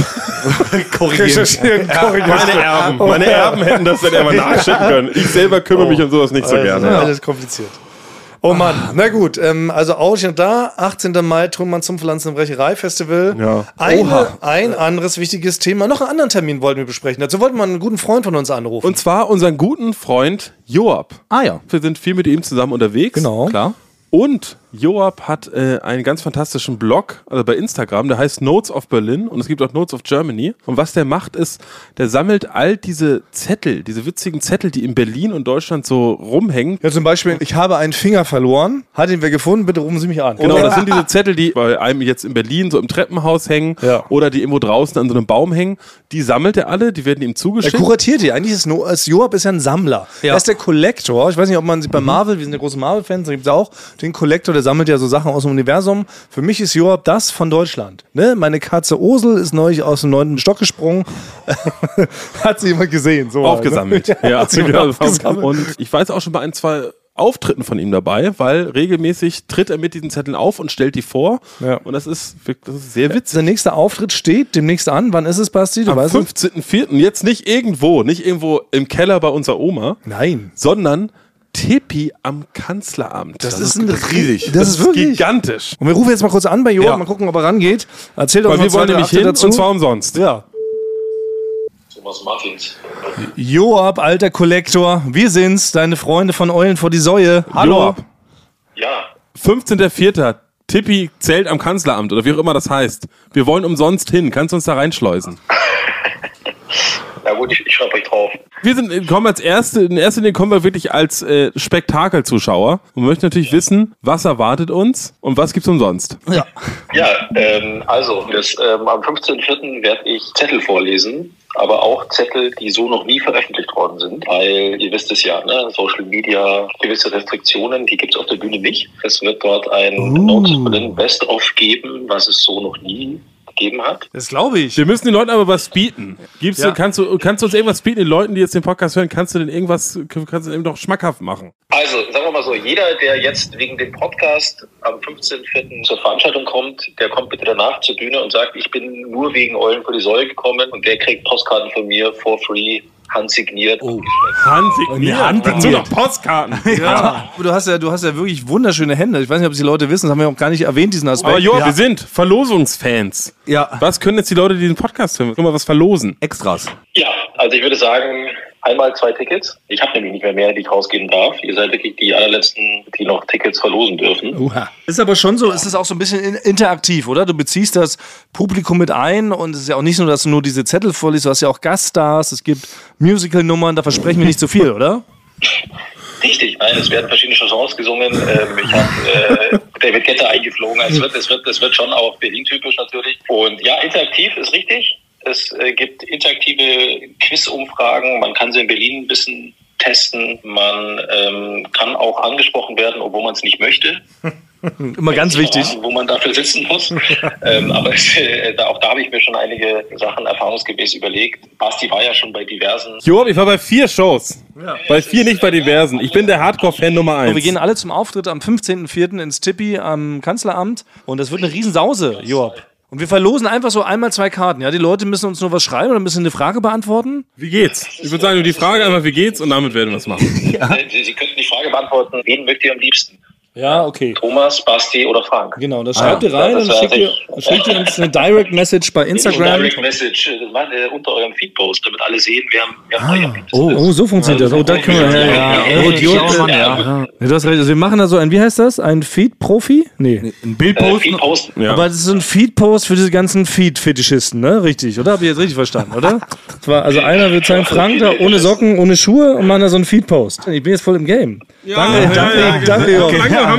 S3: recherchieren
S4: Meine
S3: korrigieren.
S4: Erben,
S5: Oh.
S4: meine Erben hätten das dann einmal nachschicken können. Ich selber kümmere mich um sowas nicht so gerne.
S3: Oh,
S4: Ah.
S3: Ja. Also, Alles kompliziert. Oh Mann, na gut, ähm, also Ausschnitt da, 18. Mai Trumann zum Pflanzen- und Brecherei-Festival.
S4: Ja.
S3: Eine, ein anderes wichtiges Thema, noch einen anderen Termin wollten wir besprechen. Dazu wollten wir einen guten Freund von uns anrufen.
S4: Und zwar unseren guten Freund Joab.
S5: Ah ja.
S4: Wir sind viel mit ihm zusammen unterwegs.
S5: Klar.
S4: Und Joab hat äh, einen ganz fantastischen Blog, also bei Instagram, der heißt Notes of Berlin und es gibt auch Notes of Germany. Und was der macht, ist, der sammelt all diese Zettel, diese witzigen Zettel, die in Berlin und Deutschland so rumhängen.
S3: ja, zum Beispiel, ich habe einen Finger verloren, hat ihn wer gefunden, bitte rufen Sie mich an.
S4: Genau, das sind diese Zettel, die bei einem jetzt in Berlin so im Treppenhaus hängen
S3: Ja.
S4: oder die irgendwo draußen an so einem Baum hängen. Die sammelt er alle, die werden ihm
S3: Er
S4: zugeschickt.
S3: kuratiert die. Eigentlich ist, no ist Joab ist ja ein Sammler. Er ist der Collector. Ich weiß nicht, ob man sieht
S4: Mhm.
S3: bei Marvel, wir sind ja große Marvel-Fans, da gibt es auch den Collector, der sammelt ja so Sachen aus dem Universum. Für mich ist Joab das von Deutschland. Ne? Meine Katze Osel ist neulich aus dem neunten Stock gesprungen. hat sie jemand gesehen. So,
S4: aufgesammelt.
S3: Ne? Ja, hat sie
S4: genau.
S3: aufgesammelt.
S4: Und ich weiß auch schon bei ein, zwei Auftritten von ihm dabei, weil regelmäßig tritt er mit diesen Zetteln auf und stellt die vor.
S3: Ja.
S4: Und das ist, wirk- das ist sehr witzig.
S3: Sein nächster Auftritt steht demnächst an. Wann ist es, Basti? Du
S4: Am
S3: weißt es?
S4: 15.04. jetzt nicht irgendwo, nicht irgendwo im Keller bei unserer Oma,
S3: Nein.
S4: sondern Tepi am Kanzleramt. Das,
S3: riesig. Das, ist wirklich.
S4: gigantisch.
S3: Und wir rufen jetzt mal kurz an bei Joab,
S4: Ja.
S3: mal gucken, ob er rangeht. Erzähl doch
S4: Weil
S3: mal
S4: wir
S3: zwei,
S4: wollen
S3: drei
S4: nämlich
S3: Akte
S4: hin
S3: dazu.
S4: und zwar umsonst.
S3: Ja.
S7: Thomas Martins.
S3: Joab, alter Kollektor, wir sind's, deine Freunde von Eulen vor die Säue.
S4: Joab.
S7: Ja,
S4: 15.04. Tippi zählt am Kanzleramt oder wie auch immer das heißt. Wir wollen umsonst hin. Kannst du uns da reinschleusen?
S7: na gut, ich, ich schreibe euch drauf.
S4: Wir sind, kommen als erste, in erster Linie kommen wir wirklich als äh, Spektakelzuschauer und möchten natürlich wissen, was erwartet uns und was gibt's umsonst.
S7: Ja, ähm, also das, ähm, am 15.04. werde ich Zettel vorlesen, aber auch Zettel, die so noch nie veröffentlicht worden sind, weil ihr wisst es ja, ne? Social Media, gewisse Restriktionen, die gibt es auf der Bühne nicht. Es wird dort ein Notes for den Best of geben, was es so noch nie gegeben hat.
S3: Das glaube ich.
S4: Wir müssen den Leuten aber was bieten. Gibst
S3: Ja.
S4: du, kannst du, kannst du uns irgendwas bieten, den Leuten, die jetzt den Podcast hören, kannst du denn irgendwas, kannst du denn eben noch schmackhaft machen?
S7: Also, sagen wir mal so, jeder, der jetzt wegen dem Podcast am 15.04. zur Veranstaltung kommt, der kommt bitte danach zur Bühne und sagt, ich bin nur wegen Eulen vor die Säule gekommen und der kriegt Postkarten von mir for free, handsigniert.
S4: Handsigniert. Handsigniert. Dazu noch Postkarten.
S3: Oh, Ja. Du hast ja, du hast ja wirklich wunderschöne Hände. Ich weiß nicht, ob es die Leute wissen, das haben wir auch gar nicht erwähnt, diesen Aspekt.
S4: Aber jo, wir sind Verlosungsfans.
S3: ja.
S4: Was können jetzt die Leute, die den Podcast hören, können wir was verlosen?
S5: Extras.
S7: Ja, also ich würde sagen, einmal zwei Tickets. Ich habe nämlich nicht mehr mehr, die ich rausgeben darf. Ihr seid wirklich die allerletzten, die noch Tickets verlosen dürfen.
S3: Ist aber schon so, es ist auch so ein bisschen in- interaktiv, oder? Du beziehst das Publikum mit ein und es ist ja auch nicht nur, dass du nur diese Zettel vorliest, du hast ja auch Gaststars, es gibt Musical-Nummern, da versprechen wir nicht zu viel, oder?
S7: Richtig, nein, es werden verschiedene Chansons gesungen. Ähm, ich habe äh, David Getter eingeflogen. Es wird, es, wird, es wird schon auch Berlin-typisch natürlich. Und ja, interaktiv ist richtig. Es äh, gibt interaktive Quiz-Umfragen. Man kann sie in Berlin ein bisschen testen. Man ähm, kann auch angesprochen werden, obwohl man es nicht möchte.
S3: Immer ganz wichtig.
S7: Verraten, wo man dafür sitzen muss. ähm, aber es, äh, da, auch da habe ich mir schon einige Sachen erfahrungsgemäß überlegt. Basti war ja schon bei diversen.
S4: Job, ich war bei vier Shows. Bei vier nicht bei diversen. Ich bin der Hardcore-Fan Nummer eins.
S3: Und wir gehen alle zum Auftritt am 15.04. ins Tippi am Kanzleramt und das wird eine Riesensause, Joab. Und wir verlosen einfach so einmal zwei Karten. Ja, die Leute müssen uns nur was schreiben oder müssen eine Frage beantworten.
S4: Wie geht's? Ich würde sagen, nur die Frage einmal, wie geht's und damit werden wir es machen.
S7: Äh, Sie, Sie könnten die Frage beantworten, wen mögt ihr am liebsten?
S3: Ja, okay.
S7: Thomas, Basti oder Frank?
S3: Genau, das schreibt ihr rein
S7: Ja,
S3: und
S7: das
S3: schickt
S7: weiß
S3: ihr,
S7: ich.
S3: schickt ihr uns eine Direct Message bei
S7: Und
S3: Instagram.
S7: Direct Message äh, das war, äh, unter eurem Feedpost, damit alle sehen, wer, am- wer am allerliebsten
S3: Oh,
S7: ist.
S3: oh, so funktioniert das. Oh, da können wir. Ja, ja. Oh, Idiot.
S5: Mann, ja.
S3: Ja, Du hast recht. Also wir machen da so ein, wie heißt das? Ein Feed-Profi? Nee.
S5: Ein Bild
S7: Äh,
S5: posten.
S7: Feedpost.
S3: Aber das ist so ein Feed-Post für diese ganzen Feed-Fetischisten, ne? Richtig, oder? Hab ich jetzt richtig verstanden, oder? Das war, also einer wird sagen, Frank da ohne Socken, ohne Schuhe und machen da so einen Feed-Post. Ich bin jetzt voll im Game. danke, danke, danke, Jochen. Ja,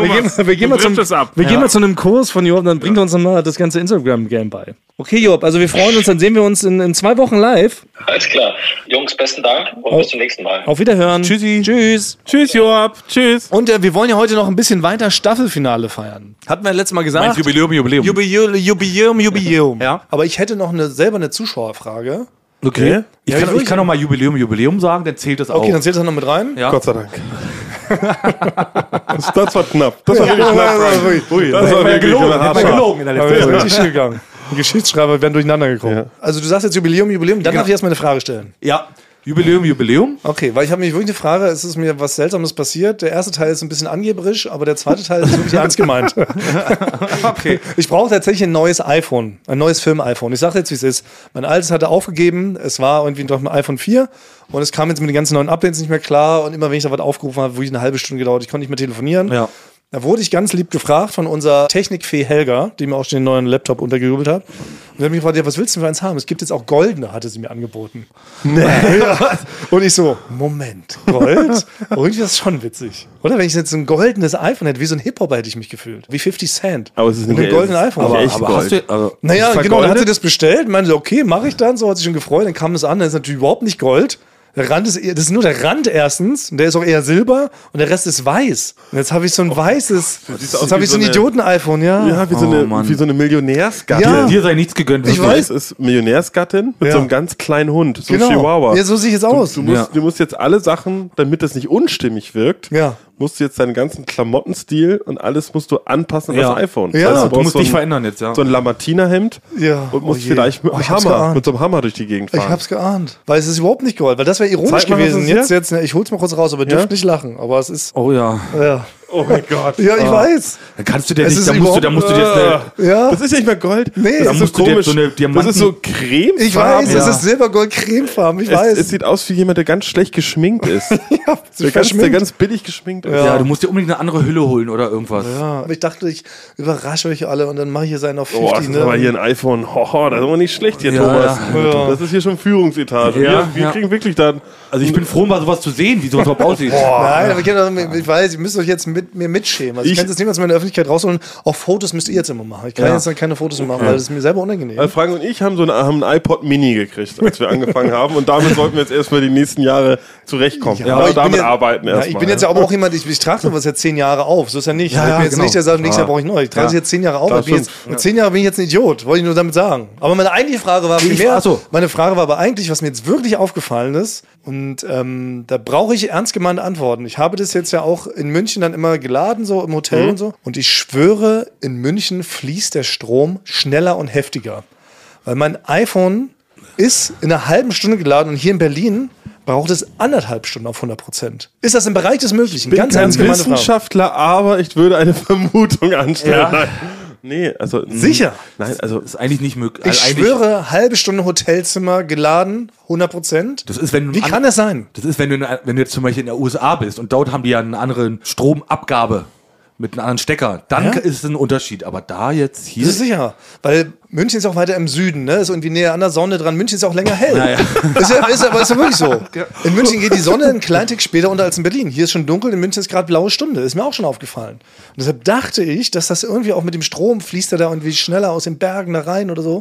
S3: wir, gehen, wir, gehen mal zum, wir gehen mal zu einem Kurs von Job, dann bringt er uns nochmal das ganze Instagram-Game bei. Okay, Job, also wir freuen uns, dann sehen wir uns in, in zwei Wochen live.
S7: Alles klar. Jungs, besten Dank und
S3: Oh.
S7: bis zum nächsten Mal.
S3: Auf Wiederhören. Tschüssi. Tschüss.
S4: Tschüss, Joab. Tschüss.
S3: Und äh, wir wollen ja heute noch ein bisschen weiter Staffelfinale feiern. Hatten wir letztes Mal gesagt.
S5: Jubiläum, Jubiläum.
S3: Jubiläum, Jubiläum, Jubiläum.
S5: Ja.
S3: Aber ich hätte noch eine, selber eine Zuschauerfrage.
S5: Okay. Ich
S3: Ja,
S5: kann,
S3: wirklich.
S5: ich kann noch mal Jubiläum, Jubiläum sagen, dann zählt das auch.
S3: Okay, dann zählt das noch mit rein.
S5: Ja.
S6: Gott sei Dank.
S4: Das, das war knapp. Das war wirklich knapp. Ryan. Ui, das war
S3: Hätte man ja
S4: wirklich
S3: gelogen,
S4: eine
S3: hätte man
S4: Haarschar-
S3: gelogen in der
S6: Aber wir
S3: letzten
S6: sind
S3: Folge.
S6: richtig gegangen. Die Geschichtsschreiber werden durcheinander gekommen.
S3: Also du sagst jetzt Jubiläum, Jubiläum, dann darf ich erstmal eine Frage stellen.
S5: Ja. Jubiläum, Jubiläum.
S3: Okay, weil ich habe mich wirklich eine Frage, es ist mir was Seltsames passiert. Der erste Teil ist ein bisschen angeberisch, aber der zweite Teil ist wirklich ernst gemeint.
S5: Okay.
S3: Ich brauche tatsächlich ein neues iPhone, ein neues Film-iPhone. Ich sage jetzt, wie es ist. Mein altes hatte aufgegeben, es war irgendwie doch ein iPhone 4 und es kam jetzt mit den ganzen neuen Updates nicht mehr klar und immer wenn ich da was aufgerufen habe, wirklich eine halbe Stunde gedauert, ich konnte nicht mehr telefonieren.
S5: Ja.
S3: Da wurde ich ganz lieb gefragt von unserer Technikfee Helga, die mir auch schon den neuen Laptop untergejubelt hat. Und sie hat mich gefragt, ja, was willst du denn für eins haben? Es gibt jetzt auch goldene, hatte sie mir angeboten. Nee. ja. Und ich so, Moment, Gold? Oh, Irgendwie ist das schon witzig. Oder wenn ich jetzt so ein goldenes iPhone hätte, wie so ein Hip-Hopper hätte ich mich gefühlt. Wie 50 Cent.
S4: Aber es ist
S3: Mit
S4: nicht
S3: einem goldenen iPhone.
S4: Aber,
S3: Aber-
S4: echt
S5: Aber
S4: Gold.
S5: hast du, also,
S3: Naja,
S5: ist es
S3: genau, dann hat sie
S5: vergoldet?
S3: das bestellt, meinte, okay, mache ich dann, so hat sie schon gefreut, dann kam das an, dann ist natürlich überhaupt nicht Gold. Der Rand ist eher, das ist nur der Rand erstens, und der ist auch eher silber und der Rest ist weiß. Und jetzt habe ich so ein weißes,
S4: Oh. siehst
S3: jetzt
S4: aus
S3: habe
S4: wie
S3: ich so ein
S4: so eine-
S3: Idioten-iPhone, ja.
S4: Ja, wie so
S5: Oh,
S4: eine,
S5: Mann.
S4: wie so eine Millionärsgattin.
S3: Ja.
S5: dir sei nichts gegönnt.
S3: Ich
S5: wirklich.
S3: weiß.
S4: Es ist Millionärsgattin mit
S3: Ja.
S4: so einem ganz kleinen Hund, so
S3: genau.
S4: ein Chihuahua.
S3: Ja, so sehe ich jetzt aus.
S4: Du musst,
S5: Ja.
S4: du musst jetzt alle Sachen, damit das nicht unstimmig wirkt,
S3: Ja.
S4: musst du jetzt deinen ganzen Klamottenstil und alles musst du anpassen an
S5: Ja.
S4: das iPhone.
S3: Ja.
S4: Das heißt,
S3: Du
S5: Du musst
S4: so
S5: dich
S4: ein-
S5: verändern jetzt, ja.
S4: So ein Lamatinerhemd
S3: Ja.
S4: und musst
S3: Oh je.
S4: vielleicht mit,
S3: Oh, ich
S4: einem
S3: hab's
S4: Hammer,
S3: geahnt.
S4: mit so einem Hammer durch die Gegend
S3: ich
S4: fahren.
S3: hab's geahnt, weil es ist überhaupt nicht Gold, weil das wäre ironisch
S4: Zeig mal, was
S3: gewesen.
S4: ist hier?
S3: Jetzt, jetzt, ne, ich hol's mal kurz raus, aber ihr dürft nicht lachen, aber es ist,
S5: Oh ja.
S3: ja.
S4: oh mein Gott.
S3: Ja, ich weiß.
S5: Dann kannst du dir
S3: Äh, Es
S5: nicht,
S3: ist
S5: da musst, du,
S3: überhaupt-
S5: da musst du dir jetzt eine,
S3: Ja.
S4: Das ist nicht mehr Gold.
S3: Nee,
S4: das
S3: da
S4: ist
S5: musst
S4: so
S5: du dir
S4: komisch.
S5: so eine
S4: das
S5: Diamanten-
S4: ist so cremefarben.
S3: Ich weiß, es
S5: Ja.
S3: ist silbergold-cremefarben, ich
S4: Es,
S3: weiß.
S4: es sieht aus wie jemand, der ganz schlecht geschminkt ist. der, ganz, der
S3: verschminkt.
S4: ganz billig geschminkt ist.
S5: ja. du musst dir unbedingt eine andere Hülle holen oder irgendwas.
S3: Ja, Ah, aber ich dachte, ich überrasche euch alle und dann mache ich hier seinen auf 50.
S4: Boah, Oh, das ist
S3: ne?
S4: aber hier ein iPhone. Hoho, das ist aber nicht schlecht hier,
S5: Ja,
S4: Thomas.
S3: ja.
S4: Das ist hier schon Führungsetage.
S5: Ja,
S4: wir wir
S5: ja.
S4: kriegen wirklich dann.
S5: Also ich bin froh, mal sowas zu sehen, wie sowas überhaupt aussieht.
S3: Nein, aber ich, kann, ich weiß, ihr müsst euch jetzt mit mir mitschämen. Also ich
S4: Oh. Ich-
S3: kann es jetzt niemals mehr in der Öffentlichkeit rausholen. Auch Fotos müsst ihr jetzt immer machen. Ich kann jetzt dann keine Fotos mehr machen, weil das ist mir selber unangenehm.
S4: Äh, Frank und ich haben so ein, haben ein iPod Mini gekriegt, als wir angefangen haben. Und damit sollten wir jetzt erstmal die nächsten Jahre zurechtkommen. Ja,
S3: aber ich bin
S4: damit
S3: ja-
S4: arbeiten
S3: Ja,
S4: erstmal.
S3: ich bin jetzt aber auch jemand, ich, ich trage sowas ja zehn Jahre auf. So ist ja nicht. ich bin jetzt
S5: genau.
S3: nicht der sagt, nächstes Jahr brauche ich neu. Ich trage es jetzt zehn Jahre auf.
S4: Das
S3: Ich bin jetzt, mit zehn Jahren bin ich jetzt ein Idiot, wollte ich nur damit sagen. Aber meine eigentliche Frage war
S5: Ich-
S3: primär,
S5: ach so.
S3: meine Frage war aber eigentlich, was mir jetzt wirklich aufgefallen ist. Und ähm, da brauche ich ernst gemeinte Antworten. Ich habe das jetzt ja auch in München dann immer geladen, so im Hotel
S5: Mhm.
S3: und so. Und ich schwöre, in München fließt der Strom schneller und heftiger. Weil mein iPhone ist in einer halben Stunde geladen und hier in Berlin braucht es anderthalb Stunden auf 100 Prozent. Ist das im Bereich des Möglichen?
S4: bin
S3: Ganz
S4: kein
S3: ernst gemeinte Frage.
S4: Wissenschaftler, aber ich würde eine Vermutung anstellen. Nein. Nee, also.
S3: Sicher?
S4: Nein, also.
S5: Das ist eigentlich nicht möglich.
S3: Ich
S5: eigentlich,
S3: schwöre, halbe Stunde Hotelzimmer geladen, 100 Prozent.
S5: Das ist, wenn du
S3: Wie
S5: an-
S3: kann das sein?
S5: Das ist, wenn du, in- wenn du jetzt zum Beispiel in der USA bist und dort haben die ja einen anderen Stromabgabe mit einem anderen Stecker, dann
S3: Ja?
S5: ist es ein Unterschied. Aber da jetzt hier.
S3: Das ist sicher, weil München ist auch weiter im Süden, ne? Ist irgendwie näher an der Sonne dran. München ist auch länger hell.
S5: Naja.
S3: Ist, ja, ist aber ist ja wirklich so. In München geht die Sonne einen kleinen Tick später unter als in Berlin. Hier ist schon dunkel, in München ist gerade blaue Stunde. Ist mir auch schon aufgefallen. Und deshalb dachte ich, dass das irgendwie auch mit dem Strom fließt er da irgendwie schneller aus den Bergen da rein oder so.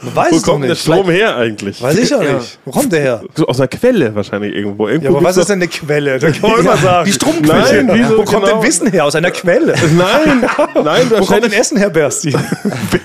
S3: Man weiß
S4: Wo
S3: es doch
S4: kommt der
S3: nicht.
S4: Strom her eigentlich?
S3: Weiß ich ja nicht. Wo kommt der her?
S4: So Aus einer Quelle wahrscheinlich irgendwo. irgendwo
S3: Ja, aber
S4: gibt's
S3: was ist
S4: doch-
S3: denn eine Quelle? Da kann man
S4: Ja,
S3: immer sagen.
S4: die Stromquelle.
S3: Nein, wieso,
S4: Wo
S3: Wo kommt
S4: genau?
S3: denn Wissen her? Aus einer Quelle.
S4: Nein, nein,
S3: Wo kommt denn
S4: wahrscheinlich
S3: Essen her, Bersti?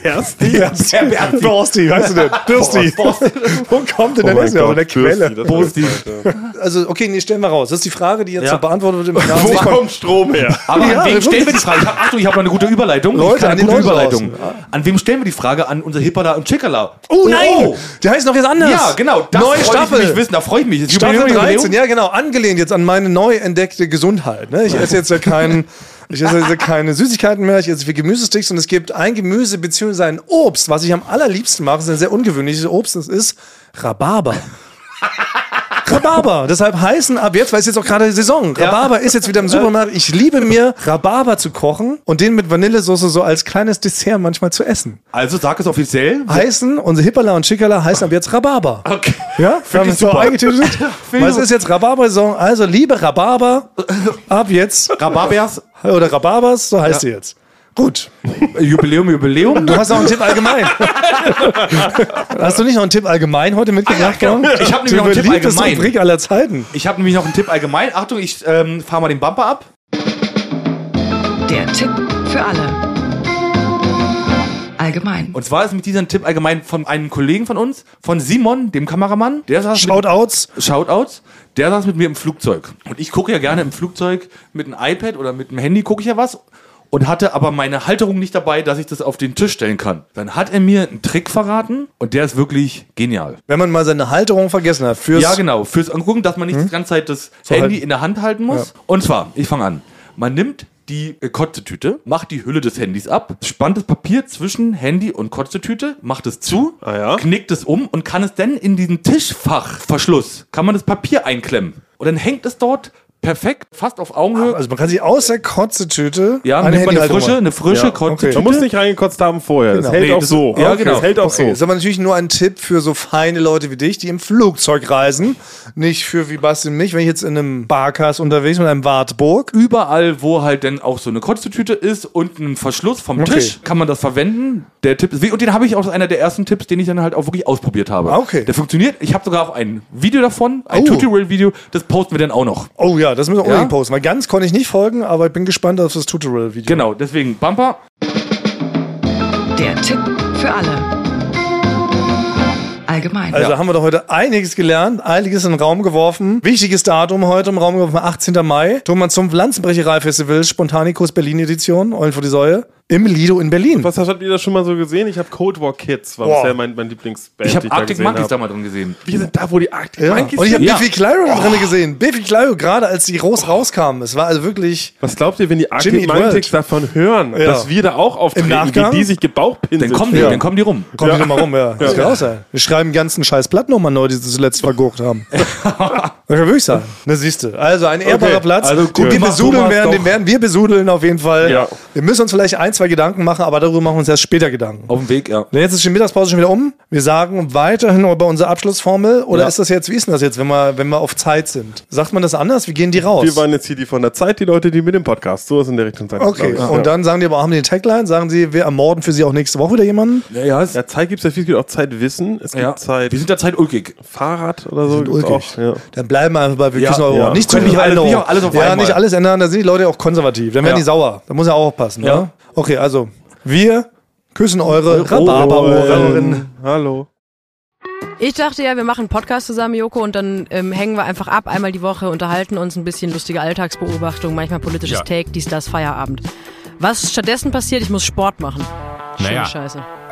S4: Bersti.
S3: Bersti. Bersti, weißt du denn? Bersti. Wo kommt denn
S4: Oh
S3: der
S4: mein
S3: Essen her? Aus einer
S4: Gott, Bürsti,
S3: Quelle.
S4: das ist-
S3: Also, okay, nee, stellen wir raus. Das ist die Frage, die jetzt so beantwortet wird im Jahr
S4: Wo
S3: 20.
S4: kommt Strom her?
S5: Aber
S3: Ja,
S5: an wen
S3: wirklich.
S5: stellen wir die Frage? Ich hab, Achtung, ich habe eine gute Überleitung.
S3: Leute,
S5: ich kann
S3: an
S5: eine
S3: die
S5: gute
S3: Leute Ah.
S5: Überleitung. An wem stellen wir die Frage? An unser Hipper da im Chickala.
S3: Oh nein!
S5: Oh.
S3: Der heißt noch jetzt anders.
S5: Ja, genau.
S3: Neue
S5: freu
S3: Staffel.
S5: Ich mich wissen, da freue ich mich. Ist
S3: Staffel
S5: Jubiläum,
S3: 13,
S5: Jubiläum?
S3: ja genau, angelehnt jetzt an meine neu entdeckte Gesundheit. Ne? Ich esse jetzt ja keinen, ich esse jetzt ja keine Süßigkeiten mehr, ich esse viel Gemüsesticks und es gibt ein Gemüse bzw. ein Obst, was ich am allerliebsten mache, das ist ein sehr ungewöhnliches Obst, das ist Rhabarber. Rhabarber, deshalb heißen ab jetzt, weil es jetzt auch gerade Saison. Rhabarber ist jetzt wieder im Supermarkt. Ich liebe mir Rhabarber zu kochen und den mit Vanillesoße so als kleines Dessert manchmal zu essen.
S5: Also sag es offiziell.
S3: Heißen, unsere Hippala und Schickala heißen ab jetzt Rhabarber.
S5: Okay.
S3: Ja, wir haben es so eingetütet. Weil es ist jetzt Rhabarber-Saison. Also, liebe Rhabarber, ab jetzt.
S5: Rhabarbers.
S3: Oder Rhabarbers, so heißt sie jetzt. Gut.
S5: Jubiläum, Jubiläum.
S3: Du hast noch einen Tipp allgemein. hast du nicht noch einen Tipp allgemein heute mitgebracht?
S5: genau. Ich hab nämlich noch einen Tipp allgemein.
S3: Rubrik aller Zeiten.
S5: Ich habe nämlich noch einen Tipp allgemein. Achtung, ich ähm, fahre mal den Bumper ab.
S8: Der Tipp für alle. allgemein.
S5: Und zwar ist mit diesem Tipp allgemein von einem Kollegen von uns, von Simon, dem Kameramann. Der saß mit-
S3: Shoutouts.
S5: Shoutouts. Der saß mit mir im Flugzeug. Und ich gucke ja gerne im Flugzeug mit einem iPad oder mit dem Handy gucke ich ja was und hatte aber meine Halterung nicht dabei, dass ich das auf den Tisch stellen kann. Dann hat er mir einen Trick verraten und der ist wirklich genial.
S3: Wenn man mal seine Halterung vergessen hat, fürs
S5: Ja, genau. Fürs Angucken, dass man nicht
S4: Hm?
S5: die ganze Zeit das
S4: halt.
S5: Handy in der Hand halten muss. Und zwar, ich fange an. Man nimmt die äh, Kotzetüte, macht die Hülle des Handys ab, spannt das Papier zwischen Handy und Kotzetüte, macht es zu,
S4: Ah ja.
S5: knickt es um und kann es dann in diesen Tischfachverschluss, kann man das Papier einklemmen. Und dann hängt es dort perfekt, fast auf Augenhöhe.
S3: Also man kann sich aus der Kotzetüte
S5: ja,
S3: eine
S5: nimmt man eine
S3: Handyhalterung
S5: frische,
S3: machen.
S5: eine frische
S4: Ja, okay.
S5: Kotzetüte.
S4: Man muss nicht reingekotzt haben vorher. Das
S3: Genau.
S4: hält
S5: Nee,
S4: auch
S5: das-
S4: so.
S5: ja,
S4: Okay,
S5: genau.
S4: Das hält auch
S3: Okay,
S4: so.
S3: ist aber natürlich nur ein Tipp für so feine Leute wie dich, die im Flugzeug reisen. Nicht für wie Basti und mich, wenn ich jetzt in einem Barkas unterwegs bin, in einem Wartburg.
S5: überall, wo halt dann auch so eine Kotzetüte ist und ein Verschluss vom
S3: Okay.
S5: Tisch, kann man das verwenden. Der Tipp ist, wichtig. und den habe ich auch einer der ersten Tipps, den ich dann halt auch wirklich ausprobiert habe.
S3: Ah, okay.
S5: Der funktioniert. Ich habe sogar auch ein Video davon, ein
S3: Oh.
S5: Tutorial-Video. Das posten wir dann auch noch.
S3: Oh ja, das müssen wir
S5: Ja?
S3: unbedingt posten, weil ganz konnte ich nicht folgen, aber ich bin gespannt auf das Tutorial-Video.
S5: Genau. Deswegen Bumper.
S8: Der Tipp für alle. Allgemein.
S3: Also haben wir doch heute einiges gelernt, einiges in den Raum geworfen. Wichtiges Datum heute im Raum geworfen, 18. Mai. Thomann zum Pflanzenbrecherei-Festival, Spontanikus Berlin-Edition, Eulen vor die Säue, im Lido in Berlin.
S4: Was habt ihr das schon mal so gesehen? Ich habe Cold War Kids, war
S3: Boah.
S4: bisher mein, mein Lieblingsband.
S5: Ich
S4: die
S5: habe
S4: da
S5: Arctic
S4: gesehen
S5: Monkeys
S4: hab.
S5: da mal drin gesehen.
S4: Wir sind da, wo die Arctic
S3: Ja.
S4: Monkeys
S3: Und ich habe
S5: Ja.
S3: Biffy Clyro da drin gesehen. Biffy Clyro, gerade als die groß rauskamen. Es war also wirklich...
S4: Was glaubt ihr, wenn die Arctic
S3: Jimmy Eat
S4: Monkeys davon hören, dass wir da auch auftreten,
S3: Im Nachgang?
S4: wie die sich gebauchpinseln?
S5: Dann kommen die,
S4: fühlen?
S5: dann kommen die rum.
S3: Kommt ja. mal rum, ja. Das kann auch sein. Wir schreiben die ganzen scheiß Plattnummern neu, die sie zuletzt verguckt haben. das kann wirklich sein. Na siehst du. Also ein ehrbarer
S4: Okay,
S3: Platz.
S4: also
S3: den
S4: cool.
S3: wir
S4: Mach
S3: besudeln
S4: Thomas
S3: werden,
S4: doch.
S3: den werden wir besudeln auf jeden Fall.
S4: Ja.
S3: Wir müssen uns vielleicht ein, zwei Gedanken machen, aber darüber machen wir uns erst später Gedanken.
S5: Auf dem Weg, ja.
S3: Denn jetzt ist die Mittagspause schon wieder um. Wir sagen weiterhin über unsere Abschlussformel. Oder ist das jetzt, wie ist denn das jetzt, wenn wir, wenn wir auf Zeit sind? Sagt man das anders? Wie gehen die raus?
S4: Wir waren jetzt hier die von der Zeit, die Leute, die mit dem Podcast. So ist in der Richtung sein.
S3: okay.
S4: glaub ich.
S3: Und dann sagen die aber, haben die eine Tagline? Sagen sie, wir ermorden für sie auch nächste Woche wieder jemanden?
S5: Ja, ja. es-
S4: Ja, Zeit gibt es ja viel. Es gibt auch Zeitwissen. Es gibt
S5: ja.
S4: Zeit
S5: Wir sind der Zeit ulkig.
S4: Fahrrad oder so. gibt's
S3: Ulkig.
S4: auch, ja.
S3: Dann bleiben wir einfach bei, wir
S5: Ja,
S3: küssen eure
S5: ja.
S3: Ohren. Nicht zu
S5: Können
S3: viel
S5: nicht alles-
S3: ändern.
S5: nicht auch alles auf
S3: ja,
S5: einmal.
S3: nicht alles ändern, da sind die Leute auch konservativ. Dann werden
S5: Ja.
S3: die sauer. Da muss ja auch aufpassen.
S5: Ja.
S3: Ne? Okay, also, wir küssen eure Rhabarberohren.
S4: Hallo.
S9: Ich dachte ja, wir machen einen Podcast zusammen, Joko, und dann ähm, hängen wir einfach ab, einmal die Woche, unterhalten uns ein bisschen lustige Alltagsbeobachtung, manchmal politisches
S10: Ja.
S9: Take, dies, das, Feierabend. Was stattdessen passiert, ich muss Sport machen. Schöne
S10: Naja.
S9: Scheiße.